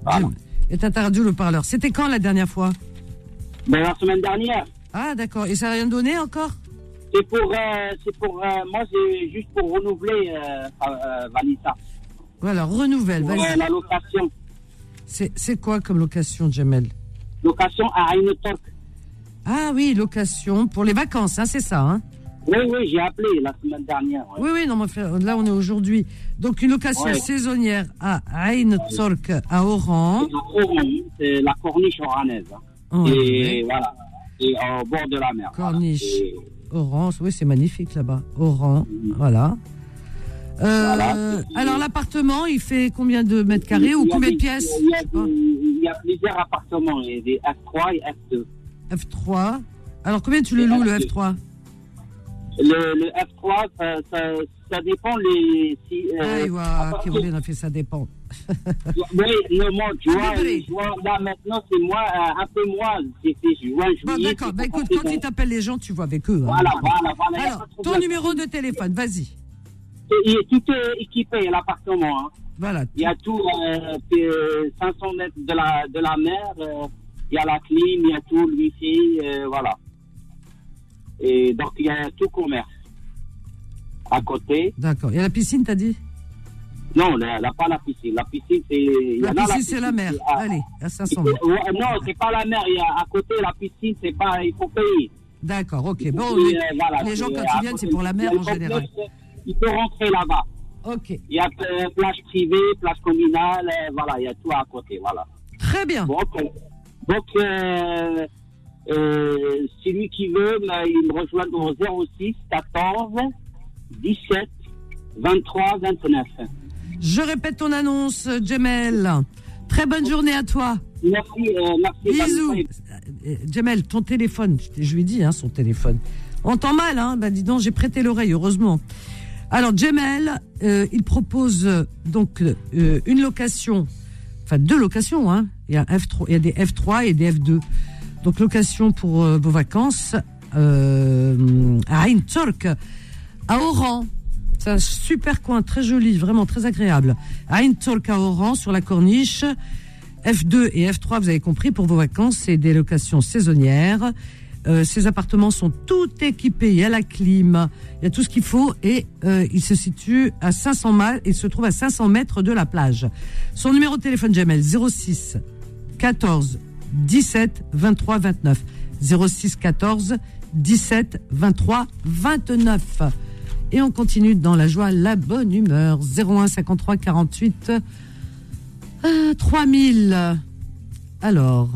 [SPEAKER 8] Pardon
[SPEAKER 2] Jam- Éteins ta radio, le haut-parleur. C'était quand la dernière fois
[SPEAKER 8] ben, la semaine dernière.
[SPEAKER 2] Ah, d'accord. Et ça n'a rien donné hein encore
[SPEAKER 8] C'est pour, euh, c'est pour euh, moi, c'est juste pour renouveler euh, euh, Vanessa.
[SPEAKER 2] Voilà, renouvelle.
[SPEAKER 8] Pour,
[SPEAKER 2] vas-y.
[SPEAKER 8] euh, la location.
[SPEAKER 2] C'est c'est quoi comme location, Jamel
[SPEAKER 8] Location à Torque.
[SPEAKER 2] Ah oui, location pour les vacances, hein, c'est ça. Hein
[SPEAKER 8] Oui, oui, j'ai appelé la semaine dernière. ouais.
[SPEAKER 2] oui, oui, non, mais frère, là, on est aujourd'hui. Donc, une location
[SPEAKER 8] Ouais.
[SPEAKER 2] saisonnière à Ain Tzork, à Oran.
[SPEAKER 8] C'est à Oran, c'est la corniche oranaise. hein.
[SPEAKER 2] Oh, Ouais.
[SPEAKER 8] Et voilà. Et au bord de la mer. voilà.
[SPEAKER 2] Corniche.
[SPEAKER 8] Et
[SPEAKER 2] Oran, oui, c'est magnifique là-bas. Oran, voilà. Euh,
[SPEAKER 8] Mm. Voilà.
[SPEAKER 2] Alors, l'appartement, il fait combien de mètres carrés ou
[SPEAKER 8] il y a
[SPEAKER 2] combien de
[SPEAKER 8] des-
[SPEAKER 2] pièces Oh.
[SPEAKER 8] Il y a
[SPEAKER 2] Je sais pas.
[SPEAKER 8] des- il y a plusieurs appartements, il y a des F3 et F2.
[SPEAKER 2] F3. Alors, combien tu le loues, le F3
[SPEAKER 8] Le, le F3, ça, ça, ça dépend les. Si, euh,
[SPEAKER 2] Aïe,
[SPEAKER 8] à
[SPEAKER 2] ouah,
[SPEAKER 8] partir-
[SPEAKER 2] Kéroulé, on a fait ça dépend.
[SPEAKER 8] oui, le mois de
[SPEAKER 2] Ah,
[SPEAKER 8] juin,
[SPEAKER 2] mais oui.
[SPEAKER 8] le juin, là maintenant c'est moi, euh, un peu moins, c'était juin, juillet.
[SPEAKER 2] Bon, d'accord.
[SPEAKER 8] c'est
[SPEAKER 2] Bah, écoute,
[SPEAKER 8] pour
[SPEAKER 2] quand ils
[SPEAKER 8] compter
[SPEAKER 2] t'appellent les gens, tu vois avec eux.
[SPEAKER 8] dans-
[SPEAKER 2] hein.
[SPEAKER 8] Voilà, voilà, voilà. y a
[SPEAKER 2] Alors,
[SPEAKER 8] pas de
[SPEAKER 2] ton
[SPEAKER 8] problème.
[SPEAKER 2] numéro de téléphone, vas-y.
[SPEAKER 8] Et- et tout est équipé, l'appartement. Hein.
[SPEAKER 2] Voilà.
[SPEAKER 8] Il y a tout, euh, c'est 500 mètres de la, de la mer, euh, il y a la clim, il y a tout, le wifi, euh, voilà. Et donc, il y a tout commerce à côté.
[SPEAKER 2] D'accord. Et la piscine, t'as dit
[SPEAKER 8] Non, la, la- pas la piscine. La piscine, c'est. il y
[SPEAKER 2] La
[SPEAKER 8] en a
[SPEAKER 2] piscine, c'est la mer.
[SPEAKER 8] c'est à-
[SPEAKER 2] Allez, à
[SPEAKER 8] Ah. c'est-
[SPEAKER 2] 500 mètres.
[SPEAKER 8] ouais, non, c'est pas la mer. Il y a à côté la piscine, c'est pas. Il faut payer.
[SPEAKER 2] D'accord, ok. Bon,
[SPEAKER 8] Et,
[SPEAKER 2] oui.
[SPEAKER 8] euh, voilà,
[SPEAKER 2] les gens,
[SPEAKER 8] c'est,
[SPEAKER 2] quand
[SPEAKER 8] euh, à
[SPEAKER 2] ils viennent, c'est
[SPEAKER 8] côté
[SPEAKER 2] pour la
[SPEAKER 8] du
[SPEAKER 2] mer en
[SPEAKER 8] complexe,
[SPEAKER 2] général.
[SPEAKER 8] Il peut rentrer là-bas.
[SPEAKER 2] Ok.
[SPEAKER 8] Il y a euh, plage privée, plage communale, euh, voilà, il y a tout à côté, voilà.
[SPEAKER 2] Très bien.
[SPEAKER 8] Donc, euh, donc euh, euh, celui qui veut, là, il me rejoint au 06 14 17 23 29.
[SPEAKER 2] Je répète ton annonce, Jemel. Très bonne journée à toi.
[SPEAKER 8] Merci, euh, merci.
[SPEAKER 2] Bisous.
[SPEAKER 8] Vanessa, et
[SPEAKER 2] Euh, Jamel, ton téléphone, je, t'ai- je lui ai dit, hein, son téléphone. On entend mal, hein Ben dis donc, j'ai prêté l'oreille, heureusement. Alors, Jamel, euh, il propose euh, donc euh, une location, enfin deux locations, hein. Il y a, F3, il y a des F3 et des F2. Donc, location pour euh, vos vacances euh, à Ain Turk, à Oran. C'est un super coin, très joli, vraiment très agréable. À Ain Turk, à Oran, sur la corniche. F2 et F3, vous avez compris, pour vos vacances, c'est des locations saisonnières. Euh, ces appartements sont tout équipés, il y a la clim, il y a tout ce qu'il faut et euh, il se situe à 500 mètres, il se trouve à 500 mètres de la plage. Son numéro de téléphone Jamel 06 14 17 23 29 06 14 17 23 29 et on continue dans la joie, la bonne humeur 01 53 48 euh, 3000. Alors,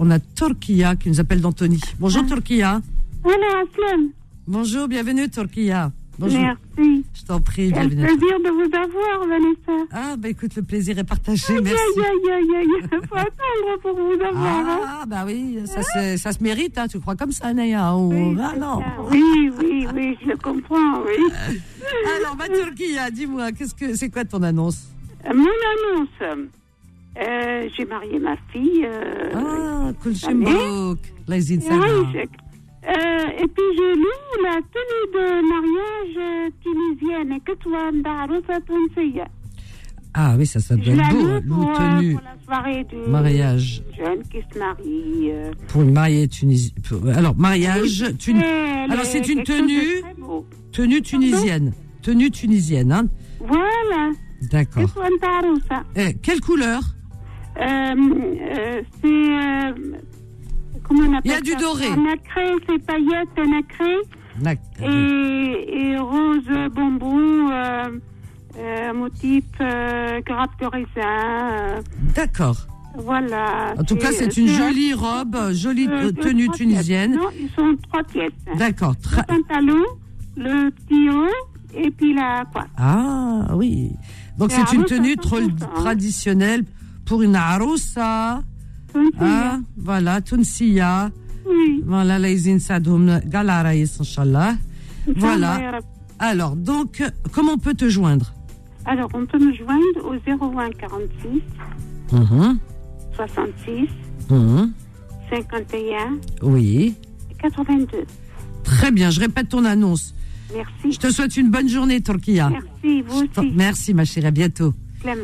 [SPEAKER 2] on a Turquia qui nous appelle d'Anthony. Bonjour
[SPEAKER 9] Ah.
[SPEAKER 2] Turquia.
[SPEAKER 9] Allô, Aslam.
[SPEAKER 2] Bonjour, bienvenue Turquia. Bonjour.
[SPEAKER 9] Merci.
[SPEAKER 2] Je t'en prie,
[SPEAKER 9] Quel
[SPEAKER 2] bienvenue.
[SPEAKER 9] plaisir de vous avoir, Vanessa.
[SPEAKER 2] Ah, bah écoute, le plaisir est partagé,
[SPEAKER 9] Aïe,
[SPEAKER 2] merci.
[SPEAKER 9] aïe, aïe, aïe, aïe. Faut attendre pour vous avoir. hein.
[SPEAKER 2] Ah, bah oui, ça, se- ça se mérite, hein, tu crois comme ça, Naya. on-
[SPEAKER 9] Oui,
[SPEAKER 2] ah,
[SPEAKER 9] c'est
[SPEAKER 2] non.
[SPEAKER 9] ça. oui, oui, oui, je le comprends, oui.
[SPEAKER 2] Alors, bah Turquia, dis-moi, qu'est-ce que c'est quoi ton annonce
[SPEAKER 9] Euh, Mon annonce. Euh, J'ai marié ma fille. euh,
[SPEAKER 2] Ah, Kulchimbok, Lazin
[SPEAKER 9] et Aïchek. Euh, et puis je loue la tenue de mariage euh, tunisienne, que soit Ndaroussa Tunsiya.
[SPEAKER 2] Ah oui, ça, ça
[SPEAKER 9] Je
[SPEAKER 2] doit
[SPEAKER 9] la
[SPEAKER 2] être beau,
[SPEAKER 9] loue
[SPEAKER 2] hein,
[SPEAKER 9] pour,
[SPEAKER 2] Lou
[SPEAKER 9] euh,
[SPEAKER 2] tenue,
[SPEAKER 9] pour la soirée du
[SPEAKER 2] mariage.
[SPEAKER 9] jeune qui se marie. euh,
[SPEAKER 2] Pour une mariée tunisienne. Alors, mariage, tuni-
[SPEAKER 9] Elle
[SPEAKER 2] Alors,
[SPEAKER 9] est
[SPEAKER 2] c'est une
[SPEAKER 9] quelque chose de
[SPEAKER 2] tenue
[SPEAKER 9] très beau.
[SPEAKER 2] tenue tunisienne. Tenue tunisienne, hein
[SPEAKER 9] Voilà, c'est
[SPEAKER 2] D'accord.
[SPEAKER 9] Juan Taroussa.
[SPEAKER 2] Eh, quelle couleur
[SPEAKER 9] Euh, euh, c'est. euh, comment on appelle
[SPEAKER 2] Il y a du
[SPEAKER 9] ça
[SPEAKER 2] doré.
[SPEAKER 9] Nacré, c'est paillettes nacré.
[SPEAKER 2] Nac-
[SPEAKER 9] Et, et rose bonbon, euh, euh, motif euh, grappe de raisin. euh,
[SPEAKER 2] D'accord.
[SPEAKER 9] voilà.
[SPEAKER 2] En tout cas, c'est une jolie robe, euh, jolie euh, tenue tunisienne.
[SPEAKER 9] Non, ils sont trois pièces.
[SPEAKER 2] D'accord.
[SPEAKER 9] Le
[SPEAKER 2] Tra-
[SPEAKER 9] pantalon, le petit haut et puis la quoi
[SPEAKER 2] Ah oui. Donc,
[SPEAKER 9] Et
[SPEAKER 2] c'est une
[SPEAKER 9] Arousa,
[SPEAKER 2] tenue
[SPEAKER 9] ça,
[SPEAKER 2] trol-
[SPEAKER 9] ça, hein.
[SPEAKER 2] traditionnelle pour une arousa. Hein, voilà, Tunsia.
[SPEAKER 9] Oui.
[SPEAKER 2] Voilà, Laizin Sadoum, Galarais, Inch'Allah.
[SPEAKER 9] Inch'Allah, ya
[SPEAKER 2] Voilà.
[SPEAKER 9] Rabbi.
[SPEAKER 2] Alors, donc, comment on peut te joindre
[SPEAKER 9] Alors, on peut me joindre au 01 46
[SPEAKER 2] Mhm,
[SPEAKER 9] 66
[SPEAKER 2] mhm.
[SPEAKER 9] 51
[SPEAKER 2] Oui.
[SPEAKER 9] 82.
[SPEAKER 2] Très bien, je répète ton annonce. Je
[SPEAKER 9] Merci.
[SPEAKER 2] te souhaite une bonne journée, Turquia.
[SPEAKER 9] Merci, vous
[SPEAKER 2] Je t'en-
[SPEAKER 9] aussi.
[SPEAKER 2] Merci, ma chérie, à bientôt.
[SPEAKER 9] Clem.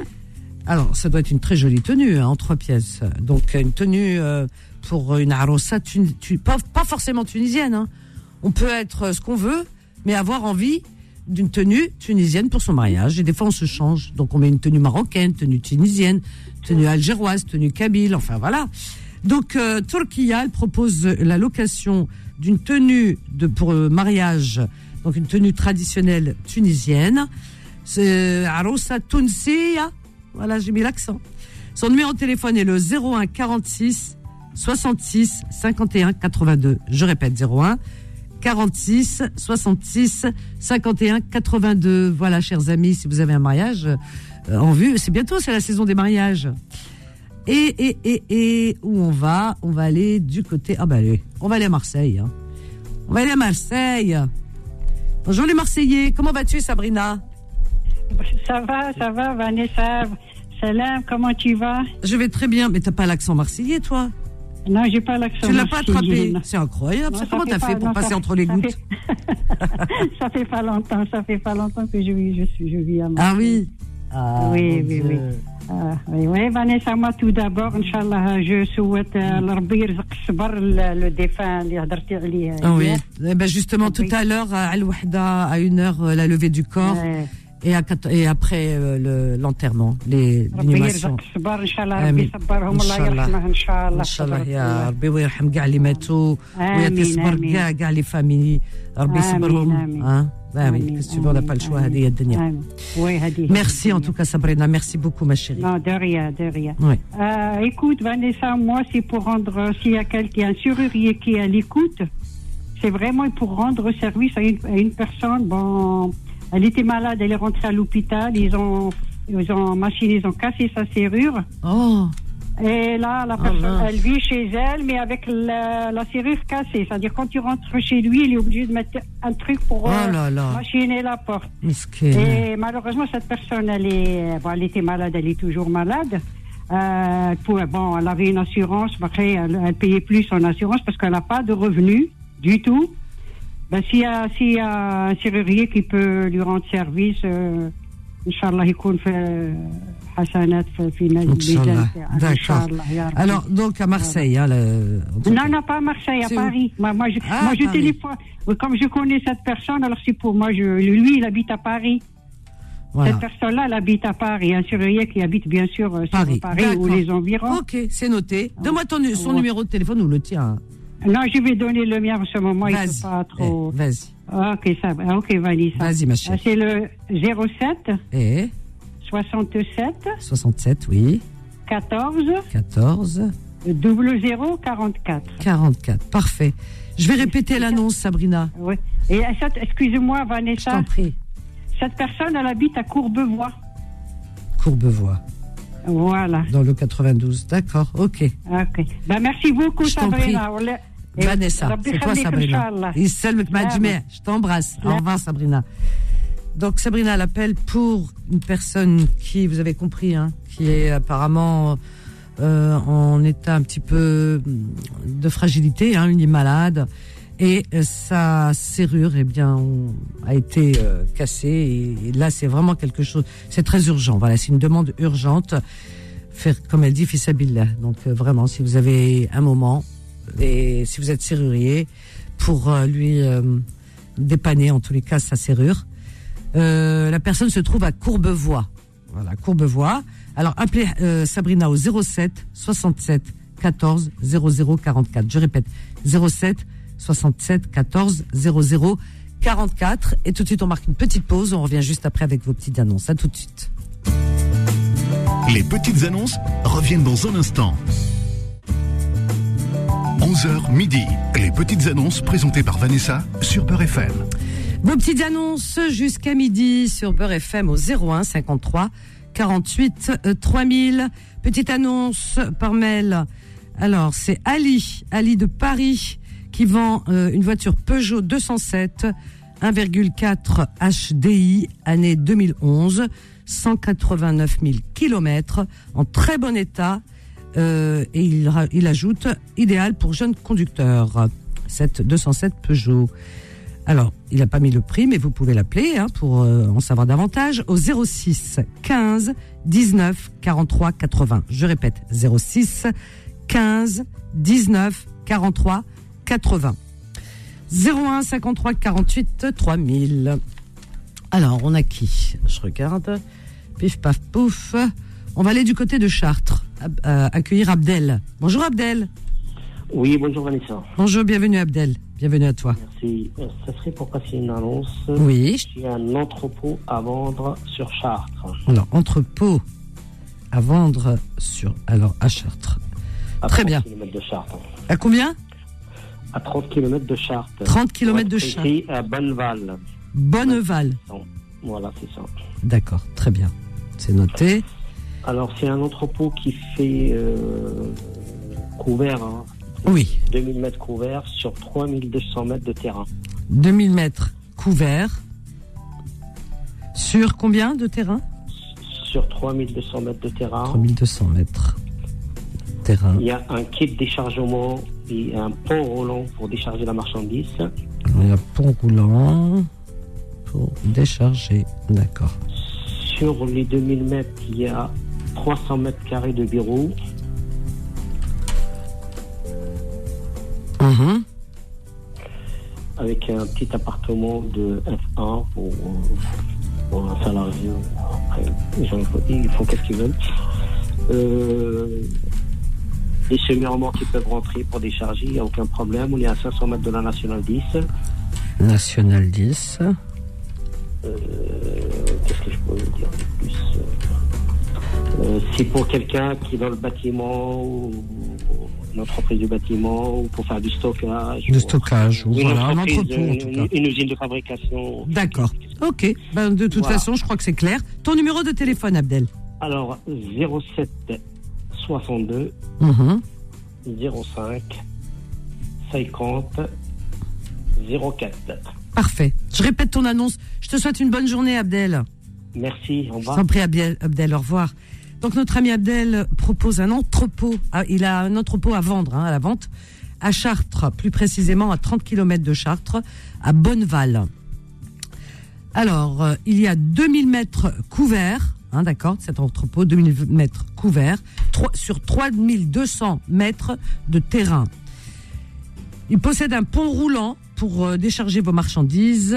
[SPEAKER 2] Alors, ça doit être une très jolie tenue, hein, en trois pièces. Donc, euh, une tenue euh, pour une arossa, tu, pas, pas forcément tunisienne. hein. On peut être euh, ce qu'on veut, mais avoir envie d'une tenue tunisienne pour son mariage. Et des fois, on se change. Donc, on met une tenue marocaine, tenue tunisienne, tenue algéroise, tenue kabyle, enfin voilà. Donc, euh, Turquia, elle propose euh, la location d'une tenue de, pour euh, mariage, donc une tenue traditionnelle tunisienne. C'est Arossa Tunsia. Voilà, j'ai mis l'accent. Son numéro de téléphone est le 01 46 66 51 82. Je répète, 01 46 66 51 82. Voilà, chers amis, si vous avez un mariage euh, en vue, c'est bientôt, c'est la saison des mariages. Et, et, et, et, où on va On va aller du côté. Ah, bah, allez, on va aller à Marseille. hein. On va aller à Marseille. Bonjour les Marseillais, comment vas-tu, Sabrina
[SPEAKER 10] Ça va, ça va, Vanessa. Salam, comment tu vas
[SPEAKER 2] Je vais très bien, mais t'as pas l'accent marseillais, toi
[SPEAKER 10] Non, j'ai pas l'accent.
[SPEAKER 2] Tu l'as pas attrapé.
[SPEAKER 10] marseillais, non.
[SPEAKER 2] C'est incroyable.
[SPEAKER 10] Non,
[SPEAKER 2] ça,
[SPEAKER 10] ça
[SPEAKER 2] comment
[SPEAKER 10] fait
[SPEAKER 2] t'as
[SPEAKER 10] pas-
[SPEAKER 2] fait pour
[SPEAKER 10] non, ça
[SPEAKER 2] passer
[SPEAKER 10] fait-
[SPEAKER 2] entre les
[SPEAKER 10] ça
[SPEAKER 2] gouttes
[SPEAKER 10] fait- ça fait pas longtemps, ça fait pas longtemps que je vis, je suis, je vis à
[SPEAKER 2] Ah
[SPEAKER 10] Marseille.
[SPEAKER 2] oui. Ah,
[SPEAKER 10] oui, oui, Ah, oui. آه، ايوا فانيسا ما تو دابور ان شاء الله جو سويت آه، لربي يرزق الصبر ل- لو ديفان اللي هضرتي عليه
[SPEAKER 2] Ah oui.
[SPEAKER 10] هي.
[SPEAKER 2] Eh ben, justement,
[SPEAKER 10] Ah
[SPEAKER 2] tout à l'heure, à Al-Wahda, à une heure, euh, la levée du corps. Et, à quatre- et après euh, le- l'enterrement, les-
[SPEAKER 10] ربي
[SPEAKER 2] l'inhumation.
[SPEAKER 10] يرزق الصبر ان شاء الله ربي
[SPEAKER 2] آمين.
[SPEAKER 10] يصبرهم الله يرحمه ان شاء الله
[SPEAKER 2] ان شاء الله يا ربي ويرحم كاع اللي ماتوا
[SPEAKER 10] آمين،
[SPEAKER 2] ويتصبر
[SPEAKER 10] آمين.
[SPEAKER 2] كاع كاع لي فاميلي ربي
[SPEAKER 10] آمين،
[SPEAKER 2] يصبرهم
[SPEAKER 10] آمين.
[SPEAKER 2] آه، امين
[SPEAKER 10] آمين،
[SPEAKER 2] كيس تو با الشوا هذه هي الدنيا
[SPEAKER 10] وي هذه
[SPEAKER 2] ميرسي ان توكا سابرينا ميرسي بوكو ما شيري
[SPEAKER 10] Non, de rien, de rien.
[SPEAKER 2] Oui.
[SPEAKER 10] Euh, écoute, Vanessa, moi, c'est pour rendre, euh, s'il y a quelqu'un, un serrurier qui est à l'écoute, c'est vraiment pour rendre service à une, à une personne. Bon, elle était malade, elle est rentrée à l'hôpital, ils ont, ils ont machiné, ils ont cassé sa serrure.
[SPEAKER 2] Oh.
[SPEAKER 10] Et là, la personne,
[SPEAKER 11] mince.
[SPEAKER 10] elle vit chez elle, mais avec la, la serrure cassée. C'est-à-dire, quand tu rentres chez lui, il est obligé de mettre un truc pour euh,
[SPEAKER 2] Oh là là.
[SPEAKER 10] machiner la porte.
[SPEAKER 2] مسكين
[SPEAKER 10] Et malheureusement, cette personne, elle, est, bon, elle était malade, elle est toujours malade. Euh, elle pouvait- bon, elle avait une assurance, mais après, elle, elle payait plus son assurance parce qu'elle n'a pas de revenus du tout. Ben, S'il y, a- s'il y a un serrurier qui peut lui rendre service, euh, Inch'Allah, il compte euh, Hassanat euh, Final.
[SPEAKER 2] Inch'Allah. D'accord. Alors, donc à Marseille, hein, le-
[SPEAKER 10] Non, non, pas à Marseille, à
[SPEAKER 2] C'est où
[SPEAKER 10] Paris. Moi, moi, je,
[SPEAKER 2] Ah,
[SPEAKER 10] moi, je
[SPEAKER 2] Paris.
[SPEAKER 10] téléphone. Oui, Comme je connais cette personne, alors c'est pour moi. Je, lui, il habite à Paris.
[SPEAKER 2] Voilà.
[SPEAKER 10] Cette personne-là, elle habite à Paris. Un surveillant qui habite, bien sûr, euh, sur Paris, ou
[SPEAKER 2] D'accord.
[SPEAKER 10] les environs.
[SPEAKER 2] Ok, c'est noté. Donne-moi ton, son
[SPEAKER 10] Ouais.
[SPEAKER 2] numéro de téléphone ou le tien. hein.
[SPEAKER 10] Non, je vais donner le mien en ce moment. Il ne
[SPEAKER 2] Vas-y. Eh,
[SPEAKER 10] faut pas trop.
[SPEAKER 2] Vas-y.
[SPEAKER 10] Ok, ça va. Ok, Vanessa.
[SPEAKER 2] Vas-y, ma chérie.
[SPEAKER 10] Ah, C'est le 07
[SPEAKER 2] Eh,
[SPEAKER 10] 67
[SPEAKER 2] 67, oui.
[SPEAKER 10] 14
[SPEAKER 2] 14.
[SPEAKER 10] 00 44.
[SPEAKER 2] 44, parfait. Je vais répéter l'annonce, Sabrina.
[SPEAKER 10] Oui. Et euh, cette- excusez-moi, Vanessa.
[SPEAKER 2] Je t'en prie.
[SPEAKER 10] Cette personne, elle habite à Courbevoie.
[SPEAKER 2] Courbevoie,
[SPEAKER 10] Voilà.
[SPEAKER 2] dans le 92. D'accord, ok.
[SPEAKER 10] Ok. Ben, merci beaucoup,
[SPEAKER 2] Je t'en
[SPEAKER 10] Sabrina.
[SPEAKER 2] prie.
[SPEAKER 10] On l'a- Et
[SPEAKER 2] Vanessa,
[SPEAKER 10] Rabbi
[SPEAKER 2] c'est toi,
[SPEAKER 10] Khalid,
[SPEAKER 2] Sabrina.
[SPEAKER 10] Inch'Allah. Eh,
[SPEAKER 2] Isselmek Majmeh,
[SPEAKER 10] Salam.
[SPEAKER 2] je t'embrasse. Au revoir, Sabrina. Donc, Sabrina l'appelle pour une personne qui, vous avez compris, hein, qui est apparemment euh, en état un petit peu de fragilité, hein, une est malade. Et euh, sa serrure, eh bien, on- a été euh, cassée. Et, et là, c'est vraiment quelque chose. C'est très urgent. Voilà, c'est une demande urgente. Faire, comme elle dit, Fissabillah. Donc, euh, vraiment, si vous avez un moment, et si vous êtes serrurier, pour euh, lui euh, dépanner en tous les cas sa serrure. Euh, la personne se trouve à Courbevoie. Voilà, Courbevoie. Alors appelez euh, Sabrina au 07 67 14 00 44. Je répète, 07 67 14 00 44. Et tout de suite, on marque une petite pause. On revient juste après avec vos petites annonces. À tout de suite.
[SPEAKER 1] Les petites annonces reviennent dans un instant. 11h midi. Les petites annonces présentées par Vanessa sur Peur FM.
[SPEAKER 2] Vos petites annonces jusqu'à midi sur Beurre FM au 01 53 48 euh, 3000. Petite annonce par mail. Alors, c'est Ali, Ali de Paris, qui vend euh, une voiture Peugeot 207 1,4 HDI, année 2011, 189 000 kilomètres, en très bon état. Euh, et il, ra- il ajoute idéal pour jeunes conducteurs. Cette 207 Peugeot. Alors, il n'a pas mis le prix, mais vous pouvez l'appeler hein, pour euh, en savoir davantage au 06 15 19 43 80. Je répète, 06 15 19 43 80. 01 53 48 3000. Alors, on a qui Je regarde. Pif, paf, pouf. On va aller du côté de Chartres, ab- euh, accueillir Abdel. Bonjour Abdel.
[SPEAKER 12] Oui, bonjour Vanessa.
[SPEAKER 2] Bonjour, bienvenue Abdel. Bienvenue à toi.
[SPEAKER 12] Merci. Euh, Ça serait pour passer une annonce.
[SPEAKER 2] Oui.
[SPEAKER 12] J'ai un entrepôt à vendre sur Chartres.
[SPEAKER 2] Alors, entrepôt à vendre sur. Alors, à Chartres.
[SPEAKER 12] À
[SPEAKER 2] Très
[SPEAKER 12] 30
[SPEAKER 2] bien.
[SPEAKER 12] km de Chartres.
[SPEAKER 2] À combien
[SPEAKER 12] À 30 km de Chartres.
[SPEAKER 2] 30 kilomètres de
[SPEAKER 12] Pour être
[SPEAKER 2] Chartres.
[SPEAKER 12] précis, à Bonneval.
[SPEAKER 2] Bonneval.
[SPEAKER 12] Non. Voilà, c'est ça.
[SPEAKER 2] D'accord, très bien. C'est noté.
[SPEAKER 12] Alors, c'est un entrepôt qui fait euh, couvert. hein.
[SPEAKER 2] Oui.
[SPEAKER 12] 2000 mètres couverts sur 3200 mètres de terrain.
[SPEAKER 2] 2000 mètres couverts. Sur combien de terrain
[SPEAKER 12] Sur 3200 mètres de terrain.
[SPEAKER 2] 3200 mètres. Terrain.
[SPEAKER 12] Il y a un kit de déchargement et un pont roulant pour décharger la marchandise.
[SPEAKER 2] Il y a pont roulant pour décharger. D'accord.
[SPEAKER 12] Sur les 2000 mètres, il y a 300 mètres carrés de bureaux. Mhm. Avec un petit appartement de F1 pour, euh, pour un salarié. Après, les gens, ils font- ils font qu'est-ce qu'ils veulent. Euh, les semi-remords qui peuvent rentrer pour décharger, il n'y a aucun problème. On est à 500 mètres de la Nationale 10.
[SPEAKER 2] National 10.
[SPEAKER 12] Euh, Qu'est-ce que je peux vous dire de plus Euh, C'est pour quelqu'un qui est dans le bâtiment, ou une entreprise du bâtiment, ou pour faire du stockage.
[SPEAKER 2] De
[SPEAKER 12] ou-
[SPEAKER 2] stockage, ou
[SPEAKER 12] Une
[SPEAKER 2] voilà, un
[SPEAKER 12] entreprise, euh,
[SPEAKER 2] entrepôt, en tout
[SPEAKER 12] une-
[SPEAKER 2] cas.
[SPEAKER 12] une usine de fabrication.
[SPEAKER 2] D'accord. Ok. Ben, de toute
[SPEAKER 12] Voilà.
[SPEAKER 2] façon, je crois que c'est clair. Ton numéro de téléphone, Abdel
[SPEAKER 12] Alors, 07 62
[SPEAKER 2] Mhm.
[SPEAKER 12] 05 50 04.
[SPEAKER 2] Parfait. Je répète ton annonce. Je te souhaite une bonne journée, Abdel.
[SPEAKER 12] Merci, au
[SPEAKER 2] Je
[SPEAKER 12] revoir.
[SPEAKER 2] t'en prie, Abdel, Abdel, au revoir. Donc, notre ami Abdel propose un entrepôt. Ah, Il a un entrepôt à vendre, hein, à la vente, à Chartres, plus précisément à 30 km de Chartres, à Bonneval. Alors, euh, il y a 2000 mètres couverts, hein, d'accord, cet entrepôt, 2000 mètres couverts, trois- sur 3200 mètres de terrain. Il possède un pont roulant pour euh, décharger vos marchandises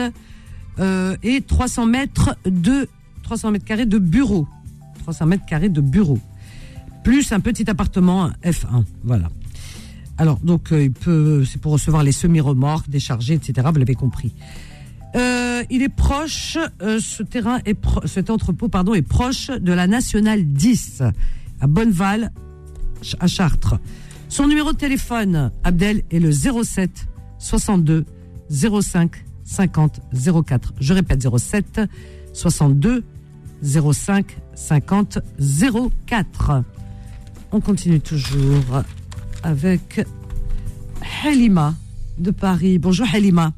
[SPEAKER 2] euh, et 300 mètres de 300 mètres carrés de bureaux. 300 mètres carrés de bureaux. Plus un petit appartement un F1. Voilà. Alors, donc, euh, il peut, c'est pour recevoir les semi-remorques, décharger, etc. Vous l'avez compris. Euh, il est proche, euh, ce terrain est pro- cet entrepôt pardon, est proche de la Nationale 10, à Bonneval, ch- à Chartres. Son numéro de téléphone, Abdel, est le 07 62 05 50 04. Je répète, 07 62 05 50 04. On continue toujours avec Halima de Paris. Bonjour Halima.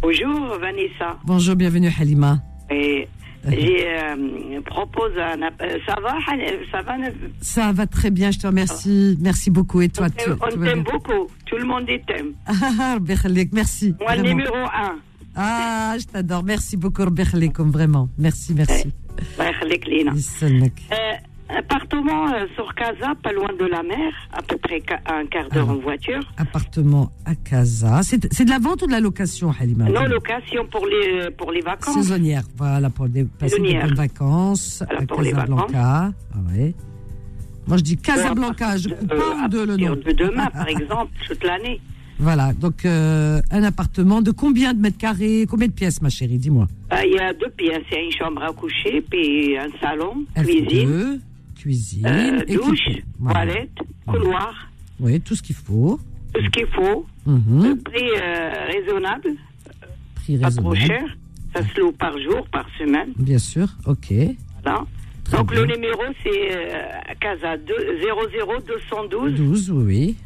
[SPEAKER 11] Bonjour Vanessa.
[SPEAKER 2] Bonjour, bienvenue Halima.
[SPEAKER 11] Et j'ai euh, propose un appel. Ça va, Hal- ça va. Nef-
[SPEAKER 2] Ça va très bien, je te remercie. Merci beaucoup. Et toi, tu,
[SPEAKER 11] On
[SPEAKER 2] tu vas bien
[SPEAKER 11] t'aime beaucoup. Tout le monde t'aime.
[SPEAKER 2] Ah, ah, Rabbi Khalik, merci.
[SPEAKER 11] Moi,
[SPEAKER 2] vraiment.
[SPEAKER 11] numéro un.
[SPEAKER 2] Ah, je t'adore. Merci beaucoup, Rabbi Khalikum, vraiment. Merci, merci.
[SPEAKER 11] Allah yakhlik lina.
[SPEAKER 2] Yissalmik.
[SPEAKER 11] Euh, appartement euh, sur Casa, pas loin de la mer, à peu près ca- un quart
[SPEAKER 2] Ah.
[SPEAKER 11] d'heure en voiture.
[SPEAKER 2] Appartement à Casa. C'est c'est de la vente ou de la location, Halima
[SPEAKER 11] Non location pour les euh, pour les vacances.
[SPEAKER 2] Saisonnière, voilà, pour des, passer de
[SPEAKER 11] Saisonnière.
[SPEAKER 2] bonnes vacances à
[SPEAKER 11] pour les
[SPEAKER 2] Casablanca. Ah ouais. Moi, je dis Casablanca, je coupe pas en deux le nom.
[SPEAKER 11] Euh, De demain, par exemple, toute l'année.
[SPEAKER 2] Voilà, donc euh, un appartement de combien de mètres carrés, combien de pièces, ma chérie, dis-moi
[SPEAKER 11] Euh, Il y a deux pièces, il y a une chambre à coucher, puis un salon,
[SPEAKER 2] Un
[SPEAKER 11] cuisine,
[SPEAKER 2] Cuisine,
[SPEAKER 11] euh,
[SPEAKER 2] équipée.
[SPEAKER 11] douche,
[SPEAKER 2] Voilà.
[SPEAKER 11] toilette, couloir,
[SPEAKER 2] Oui, tout ce qu'il faut.
[SPEAKER 11] tout ce qu'il faut.
[SPEAKER 2] Mhm.
[SPEAKER 11] Le prix euh, raisonnable,
[SPEAKER 2] Prix
[SPEAKER 11] pas trop
[SPEAKER 2] raisonnable.
[SPEAKER 11] cher. Ça se loue par jour, par semaine.
[SPEAKER 2] Bien sûr, ok.
[SPEAKER 11] voilà. Donc le numéro, c'est euh, Casa 2, 00 212
[SPEAKER 2] 12, oui, oui.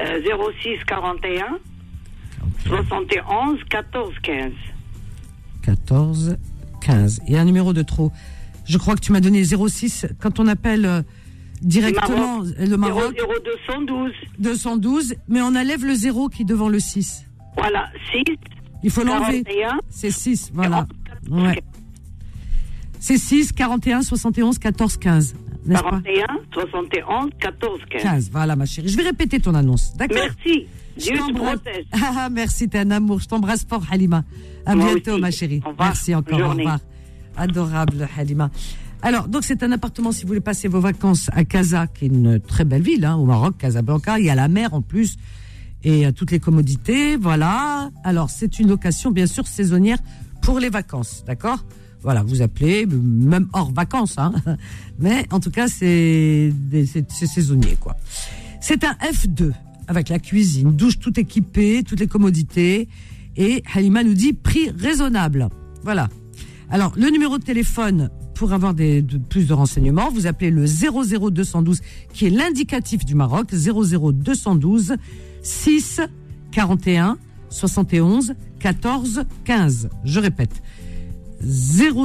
[SPEAKER 11] euh, 06 41 71 14 15.
[SPEAKER 2] 14, 15. Et un numéro de trop. Je crois que tu m'as donné 06. Quand on appelle euh, directement
[SPEAKER 11] Maroc.
[SPEAKER 2] le Maroc,
[SPEAKER 11] 00212.
[SPEAKER 2] 212, mais on enlève le 0 qui est devant le 6.
[SPEAKER 11] Voilà, 6.
[SPEAKER 2] Il faut l'enlever.
[SPEAKER 11] 41.
[SPEAKER 2] C'est 6, voilà. Ouais. C'est 6, 41, 71, 14, 15. N'est-ce pas
[SPEAKER 11] 41 71 14 15.
[SPEAKER 2] 15, voilà ma chérie. Je vais répéter ton annonce, d'accord
[SPEAKER 11] Merci.
[SPEAKER 2] Je
[SPEAKER 11] Dieu te
[SPEAKER 2] t'embrasse.
[SPEAKER 11] protège.
[SPEAKER 2] Ah, merci, t'es un amour. Je t'embrasse fort, Halima. À
[SPEAKER 11] Moi
[SPEAKER 2] bientôt,
[SPEAKER 11] aussi.
[SPEAKER 2] ma chérie.
[SPEAKER 11] Au revoir.
[SPEAKER 2] Merci encore.
[SPEAKER 11] Bonne
[SPEAKER 2] Au
[SPEAKER 11] journée.
[SPEAKER 2] revoir. Adorable, Halima. Alors, donc, c'est un appartement si vous voulez passer vos vacances à Casa, qui est une très belle ville, hein, au Maroc, Casablanca. Il y a la mer en plus et euh, toutes les commodités. Voilà. Alors, c'est une location, bien sûr, saisonnière pour les vacances. D'accord Voilà, vous appelez, même hors vacances. Hein. Mais en tout cas, c'est des- c'est- c'est saisonnier, quoi. C'est un F2 avec la cuisine, douche tout équipée, toutes les commodités. Et Halima nous dit prix raisonnable. Voilà. Alors, le numéro de téléphone pour avoir des, de- plus de renseignements, vous appelez le 00212 qui est l'indicatif du Maroc, 00212 6 41 71 14 15. Je répète.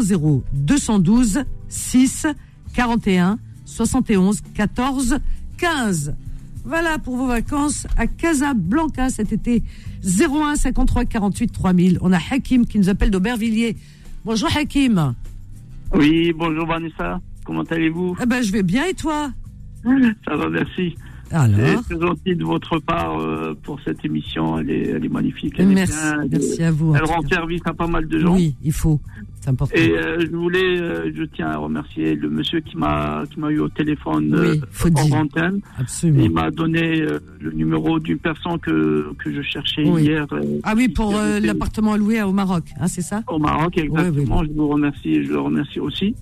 [SPEAKER 2] 00212 6 41 71 14 15. Voilà pour vos vacances à Casablanca cet été. 01 53 48 3000. On a Hakim qui nous appelle d'Aubervilliers. Bonjour Hakim.
[SPEAKER 13] Oui, bonjour Vanessa. Comment allez-vous
[SPEAKER 2] Eh ben, je vais bien et toi
[SPEAKER 13] Ça va, merci.
[SPEAKER 2] Alors
[SPEAKER 13] C'est très gentil de votre part euh, pour cette émission. Elle est, elle est magnifique. Elle est
[SPEAKER 2] Merci,
[SPEAKER 13] bien, elle-
[SPEAKER 2] merci à vous. en
[SPEAKER 13] Elle
[SPEAKER 2] tout
[SPEAKER 13] rend
[SPEAKER 2] cas.
[SPEAKER 13] service à pas mal de gens.
[SPEAKER 2] Oui, il faut. C'est important.
[SPEAKER 13] Et euh, je voulais, euh, je tiens à remercier le monsieur qui m'a qui m'a eu au téléphone
[SPEAKER 2] Oui,
[SPEAKER 13] euh,
[SPEAKER 2] faut
[SPEAKER 13] en
[SPEAKER 2] dire.
[SPEAKER 13] antenne.
[SPEAKER 2] Absolument.
[SPEAKER 13] Il m'a donné euh, le numéro d'une personne que que je cherchais
[SPEAKER 2] Oui.
[SPEAKER 13] hier. euh,
[SPEAKER 2] Ah oui, pour
[SPEAKER 13] qui
[SPEAKER 2] euh,
[SPEAKER 13] habitait
[SPEAKER 2] l'appartement à louer au Maroc, hein, c'est ça
[SPEAKER 13] Au Maroc, exactement. Je vous remercie, je le remercie aussi.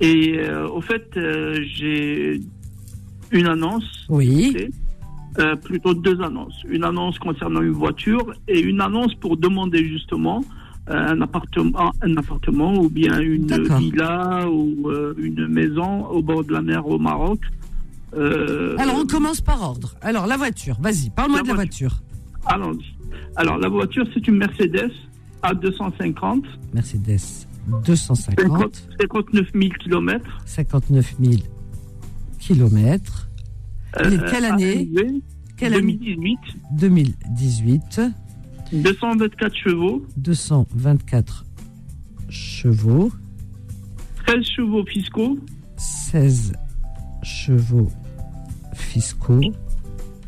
[SPEAKER 13] Et euh, au fait, euh, j'ai une annonce.
[SPEAKER 2] Oui.
[SPEAKER 13] Euh, plutôt deux annonces. Une annonce concernant une voiture et une annonce pour demander justement euh, un appartement, un appartement ou bien une
[SPEAKER 2] D'accord.
[SPEAKER 13] villa ou euh, une maison au bord de la mer au Maroc. Euh,
[SPEAKER 2] Alors, on commence par ordre. Alors, la voiture, vas-y, parle-moi de la voiture.
[SPEAKER 13] alors, alors, la voiture, c'est une Mercedes A250,
[SPEAKER 2] Mercedes 250,
[SPEAKER 13] 59 000 kilomètres.
[SPEAKER 2] 59 000 kilomètres. Elle est de quelle
[SPEAKER 13] Euh,
[SPEAKER 2] année
[SPEAKER 13] arrivée
[SPEAKER 2] Quelle année
[SPEAKER 13] 2018.
[SPEAKER 2] 2018.
[SPEAKER 13] 224 chevaux,
[SPEAKER 2] 224 chevaux,
[SPEAKER 13] 13 chevaux fiscaux,
[SPEAKER 2] 16 chevaux fiscaux.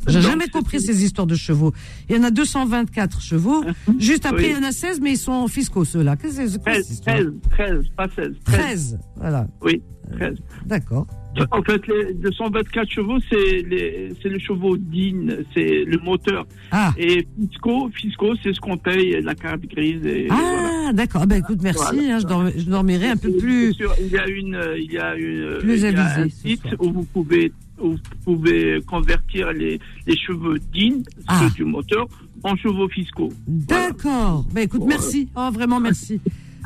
[SPEAKER 2] J'ai
[SPEAKER 13] Donc,
[SPEAKER 2] jamais compris ces histoires de chevaux. Il y en a 224 chevaux. Juste après,
[SPEAKER 13] Ah. Oui.
[SPEAKER 2] il y en a 16, mais ils sont fiscaux, ceux-là. Qu'est-ce que c'est quoi cette
[SPEAKER 13] 13,
[SPEAKER 2] histoire
[SPEAKER 13] 13, 13, pas 16.
[SPEAKER 2] 13, voilà.
[SPEAKER 13] Oui, 13.
[SPEAKER 2] D'accord.
[SPEAKER 13] En fait, les 224 chevaux, c'est les- c'est le chevaux DIN, c'est le moteur.
[SPEAKER 2] Ah.
[SPEAKER 13] Et fiscaux, fiscaux c'est ce qu'on paye, la carte grise. Et
[SPEAKER 2] Ah,
[SPEAKER 13] voilà.
[SPEAKER 2] d'accord. Ah, bah, écoute, merci.
[SPEAKER 13] Voilà.
[SPEAKER 2] hein, je, dorm- je dormirai un peu
[SPEAKER 13] C'est-
[SPEAKER 2] plus.
[SPEAKER 13] c'est sûr, il y a une, euh, il y a une, euh,
[SPEAKER 2] Plus
[SPEAKER 13] il y a
[SPEAKER 2] avisé,
[SPEAKER 13] un
[SPEAKER 2] ce
[SPEAKER 13] site
[SPEAKER 2] soir.
[SPEAKER 13] où vous pouvez, où vous pouvez convertir les, les cheveux DIN, ceux
[SPEAKER 2] Ah.
[SPEAKER 13] du moteur, en chevaux fiscaux.
[SPEAKER 2] D'accord. Bah, écoute,
[SPEAKER 13] Voilà.
[SPEAKER 2] merci. Oh, vraiment, merci.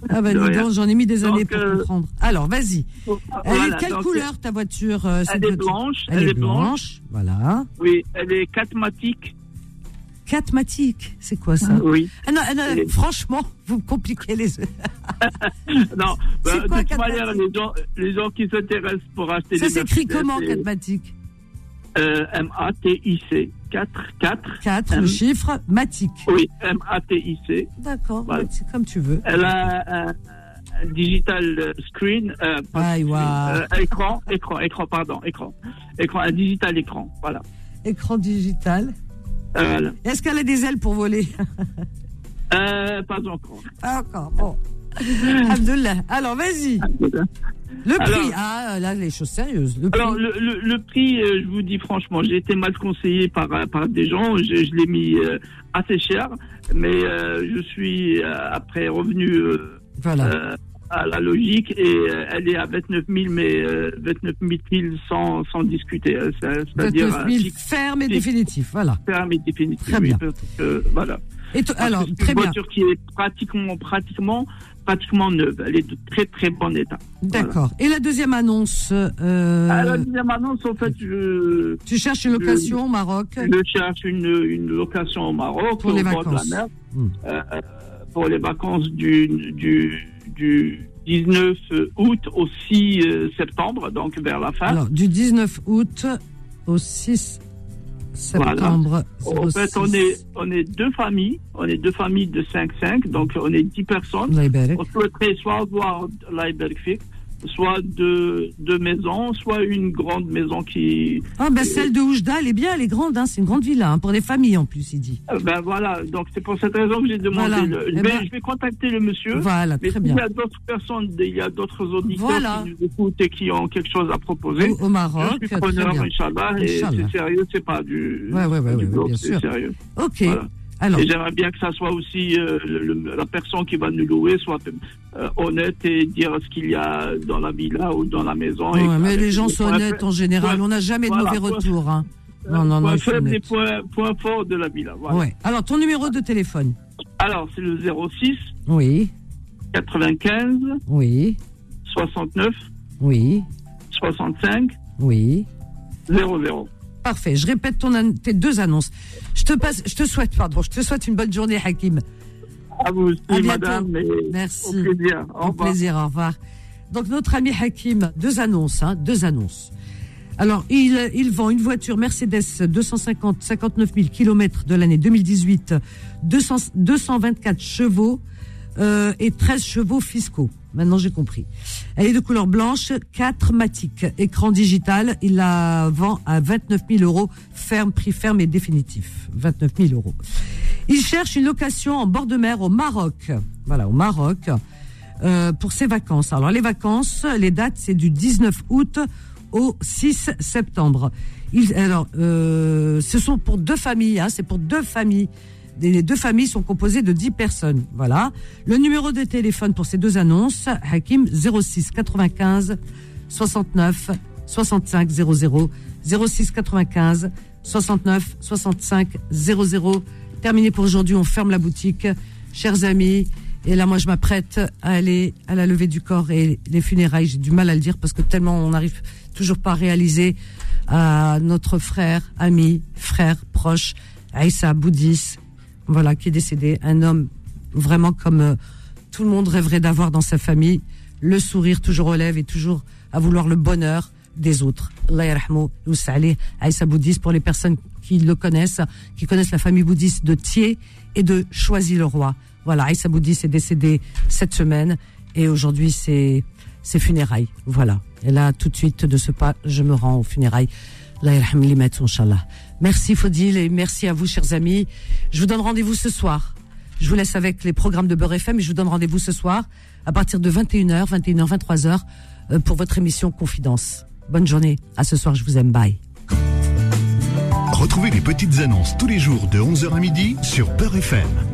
[SPEAKER 2] Ah, bah,
[SPEAKER 13] De
[SPEAKER 2] dis
[SPEAKER 13] rien.
[SPEAKER 2] donc, j'en ai mis des
[SPEAKER 13] Donc,
[SPEAKER 2] années pour
[SPEAKER 13] euh,
[SPEAKER 2] comprendre. Alors, vas-y. Elle est
[SPEAKER 13] voilà,
[SPEAKER 2] de quelle
[SPEAKER 13] donc,
[SPEAKER 2] couleur, ta voiture euh, cette
[SPEAKER 13] elle est
[SPEAKER 2] voiture
[SPEAKER 13] blanche,
[SPEAKER 2] Elle, est blanche. Voilà.
[SPEAKER 13] Oui, elle est catmatique.
[SPEAKER 2] Catmatique, c'est quoi ça
[SPEAKER 13] Oui.
[SPEAKER 2] Ah non, ah non, franchement, vous me compliquez les.
[SPEAKER 13] non, bah,
[SPEAKER 2] C'est quoi,
[SPEAKER 13] de toute manière, les gens, les gens qui s'intéressent pour acheter
[SPEAKER 2] ça
[SPEAKER 13] des
[SPEAKER 2] s'écrit
[SPEAKER 13] Mercedes,
[SPEAKER 2] comment,
[SPEAKER 13] c'est,
[SPEAKER 2] catmatique
[SPEAKER 13] euh, M-A-T-I-C. 4, 4.
[SPEAKER 2] 4, le chiffre, matique.
[SPEAKER 13] Oui, M-A-T-I-C.
[SPEAKER 2] D'accord,
[SPEAKER 13] Voilà.
[SPEAKER 2] matique, comme tu veux.
[SPEAKER 13] Elle a un, un digital screen, euh, pas screen, euh, écran, écran, écran, pardon, écran, écran, un digital écran, voilà.
[SPEAKER 2] Écran digital.
[SPEAKER 13] Euh,
[SPEAKER 2] Est-ce qu'elle a des ailes pour voler
[SPEAKER 13] euh, pas encore.
[SPEAKER 2] Ah, Encore, bon. Abdullah, alors vas-y. Le
[SPEAKER 13] Alors-
[SPEAKER 2] prix, ah euh, là, les choses sérieuses. Le prix.
[SPEAKER 13] Alors le, le, le prix, euh, je vous dis franchement, j'ai été mal conseillé par euh, par des gens. Je, je l'ai mis euh, assez cher, mais euh, je suis euh, après revenu euh, euh, à la logique et euh, elle est à 29 000, mais euh, 29 000 sans sans discuter. euh, c'est- C'est-à-dire
[SPEAKER 2] 29 000
[SPEAKER 13] euh,
[SPEAKER 2] ferme et
[SPEAKER 13] fixe.
[SPEAKER 2] définitif, voilà.
[SPEAKER 13] ferme et définitif.
[SPEAKER 2] Très
[SPEAKER 13] oui,
[SPEAKER 2] bien.
[SPEAKER 13] parce que, euh, voilà.
[SPEAKER 2] Et to-
[SPEAKER 13] Parce que
[SPEAKER 2] alors,
[SPEAKER 13] c'est
[SPEAKER 2] très
[SPEAKER 13] une
[SPEAKER 2] bien.
[SPEAKER 13] voiture qui est pratiquement pratiquement pratiquement neuve. Elle est de très très bon état.
[SPEAKER 2] D'accord. Et la deuxième annonce euh,
[SPEAKER 13] À Ah, la deuxième annonce, en fait, je.
[SPEAKER 2] Tu cherches une location au Maroc
[SPEAKER 13] Je cherche une, une location au Maroc,
[SPEAKER 2] Pour
[SPEAKER 13] au
[SPEAKER 2] les
[SPEAKER 13] bord de la
[SPEAKER 2] vacances.
[SPEAKER 13] mer, euh, pour les vacances du, du, du 19 août au 6 euh, septembre, donc vers la fin.
[SPEAKER 2] Alors, du 19 août au 6
[SPEAKER 13] Voilà.
[SPEAKER 2] septembre.
[SPEAKER 13] En fait,
[SPEAKER 2] 06.
[SPEAKER 13] on est, on est deux familles, on est deux familles de 5-5, donc on est 10 personnes.
[SPEAKER 2] Allah ybarak.
[SPEAKER 13] On souhaiterait soit voir l'Ibergfik, soit deux, deux maisons, soit une grande maison qui...
[SPEAKER 2] Ah, ben celle de Oujda, elle est bien, elle est grande, hein, c'est une grande villa, hein, pour les familles en plus, il dit.
[SPEAKER 13] Euh, Ben voilà, donc c'est pour cette raison que j'ai demandé.
[SPEAKER 2] Voilà.
[SPEAKER 13] le-
[SPEAKER 2] Eh
[SPEAKER 13] je, vais,
[SPEAKER 2] ben-
[SPEAKER 13] je vais contacter le monsieur.
[SPEAKER 2] Voilà,
[SPEAKER 13] mais
[SPEAKER 2] très
[SPEAKER 13] s'il
[SPEAKER 2] bien.
[SPEAKER 13] y a d'autres personnes, il y a d'autres auditeurs
[SPEAKER 2] Voilà.
[SPEAKER 13] qui nous écoutent et qui ont quelque chose à proposer.
[SPEAKER 2] Au- au Maroc,
[SPEAKER 13] je suis
[SPEAKER 2] très
[SPEAKER 13] preneur,
[SPEAKER 2] bien.
[SPEAKER 13] Inch'Allah, et
[SPEAKER 2] Inch'Allah.
[SPEAKER 13] c'est sérieux, c'est pas du.
[SPEAKER 2] Ouais, ouais, ouais,
[SPEAKER 13] du
[SPEAKER 2] ouais,
[SPEAKER 13] blog,
[SPEAKER 2] bien
[SPEAKER 13] c'est
[SPEAKER 2] sûr.
[SPEAKER 13] sérieux.
[SPEAKER 2] Ok.
[SPEAKER 13] Voilà.
[SPEAKER 2] Alors,
[SPEAKER 13] Et j'aimerais bien que ça soit aussi euh, le- le- la personne qui va nous louer soit euh, honnête et dire ce qu'il y a dans la villa ou dans la maison.
[SPEAKER 2] ouais,
[SPEAKER 13] et
[SPEAKER 2] mais
[SPEAKER 13] avec-
[SPEAKER 2] les gens sont
[SPEAKER 13] Point
[SPEAKER 2] honnêtes
[SPEAKER 13] fa-
[SPEAKER 2] en général,
[SPEAKER 13] point-
[SPEAKER 2] on n'a jamais de
[SPEAKER 13] voilà,
[SPEAKER 2] mauvais
[SPEAKER 13] point-
[SPEAKER 2] retours. hein. Non, non, non,
[SPEAKER 13] Point
[SPEAKER 2] ils sont
[SPEAKER 13] faible et
[SPEAKER 2] honnêtes.
[SPEAKER 13] point, point fort de la villa. Voilà.
[SPEAKER 2] Ouais. Alors, ton numéro de téléphone
[SPEAKER 13] Alors, c'est le 06
[SPEAKER 2] Oui,
[SPEAKER 13] 95
[SPEAKER 2] oui,
[SPEAKER 13] 69
[SPEAKER 2] oui,
[SPEAKER 13] 65
[SPEAKER 2] oui.
[SPEAKER 13] 00.
[SPEAKER 2] Parfait. Je répète ton an- tes deux annonces. Je te passe, je te souhaite, pardon, je te souhaite une bonne journée, Hakim.
[SPEAKER 13] À vous aussi,
[SPEAKER 2] bientôt.
[SPEAKER 13] madame, et
[SPEAKER 2] Merci.
[SPEAKER 13] au plaisir. Au
[SPEAKER 2] Au
[SPEAKER 13] revoir.
[SPEAKER 2] plaisir, au revoir. Donc notre ami Hakim, deux annonces, hein, deux annonces. Alors il, il vend une voiture Mercedes 250 59 000 km de l'année 2018, 200 224 chevaux euh, et 13 chevaux fiscaux. Maintenant, j'ai compris. Elle est de couleur blanche, 4 matic, écran digital. Il la vend à 29 000 euros, ferme, prix ferme et définitif. 29 000 euros. Il cherche une location en bord de mer au Maroc. Voilà, au Maroc, euh, pour ses vacances. Alors, les vacances, les dates, c'est du 19 août au 6 septembre. Il, alors, euh, ce sont pour deux familles, hein, c'est pour deux familles. Et les deux familles sont composées de 10 personnes. Voilà. Le numéro de téléphone pour ces deux annonces, Hakim 06 95 69 65 00 06 95 69 65 00. Terminé pour aujourd'hui, on ferme la boutique. Chers amis, et là moi je m'apprête à aller à la levée du corps et les funérailles. J'ai du mal à le dire parce que tellement on n'arrive toujours pas à réaliser à notre frère, ami, frère, proche, Aïssa Boudis, voilà, qui est décédé, un homme vraiment comme euh, tout le monde rêverait d'avoir dans sa famille, le sourire toujours aux lèvres et toujours à vouloir le bonheur des autres. Allah yarhamou, salih, Aïssa Boudis, pour les personnes qui le connaissent, qui connaissent la famille bouddhiste de Thiers et de Choisy-le-Roi. Voilà, Aïssa Boudis est décédé cette semaine et aujourd'hui c'est ses funérailles. Voilà. Et là, tout de suite, de ce pas, je me rends aux funérailles. Allah yarham les maîtres, Inch'Allah. Merci Faudil et merci à vous, chers amis. Je vous donne rendez-vous ce soir. Je vous laisse avec les programmes de Beurre FM et je vous donne rendez-vous ce soir à partir de 21h, 21h, 23h euh, pour votre émission Confidence. Bonne journée. À ce soir, je vous aime. Bye.
[SPEAKER 1] Retrouvez les petites annonces tous les jours de 11h à midi sur Beurre FM.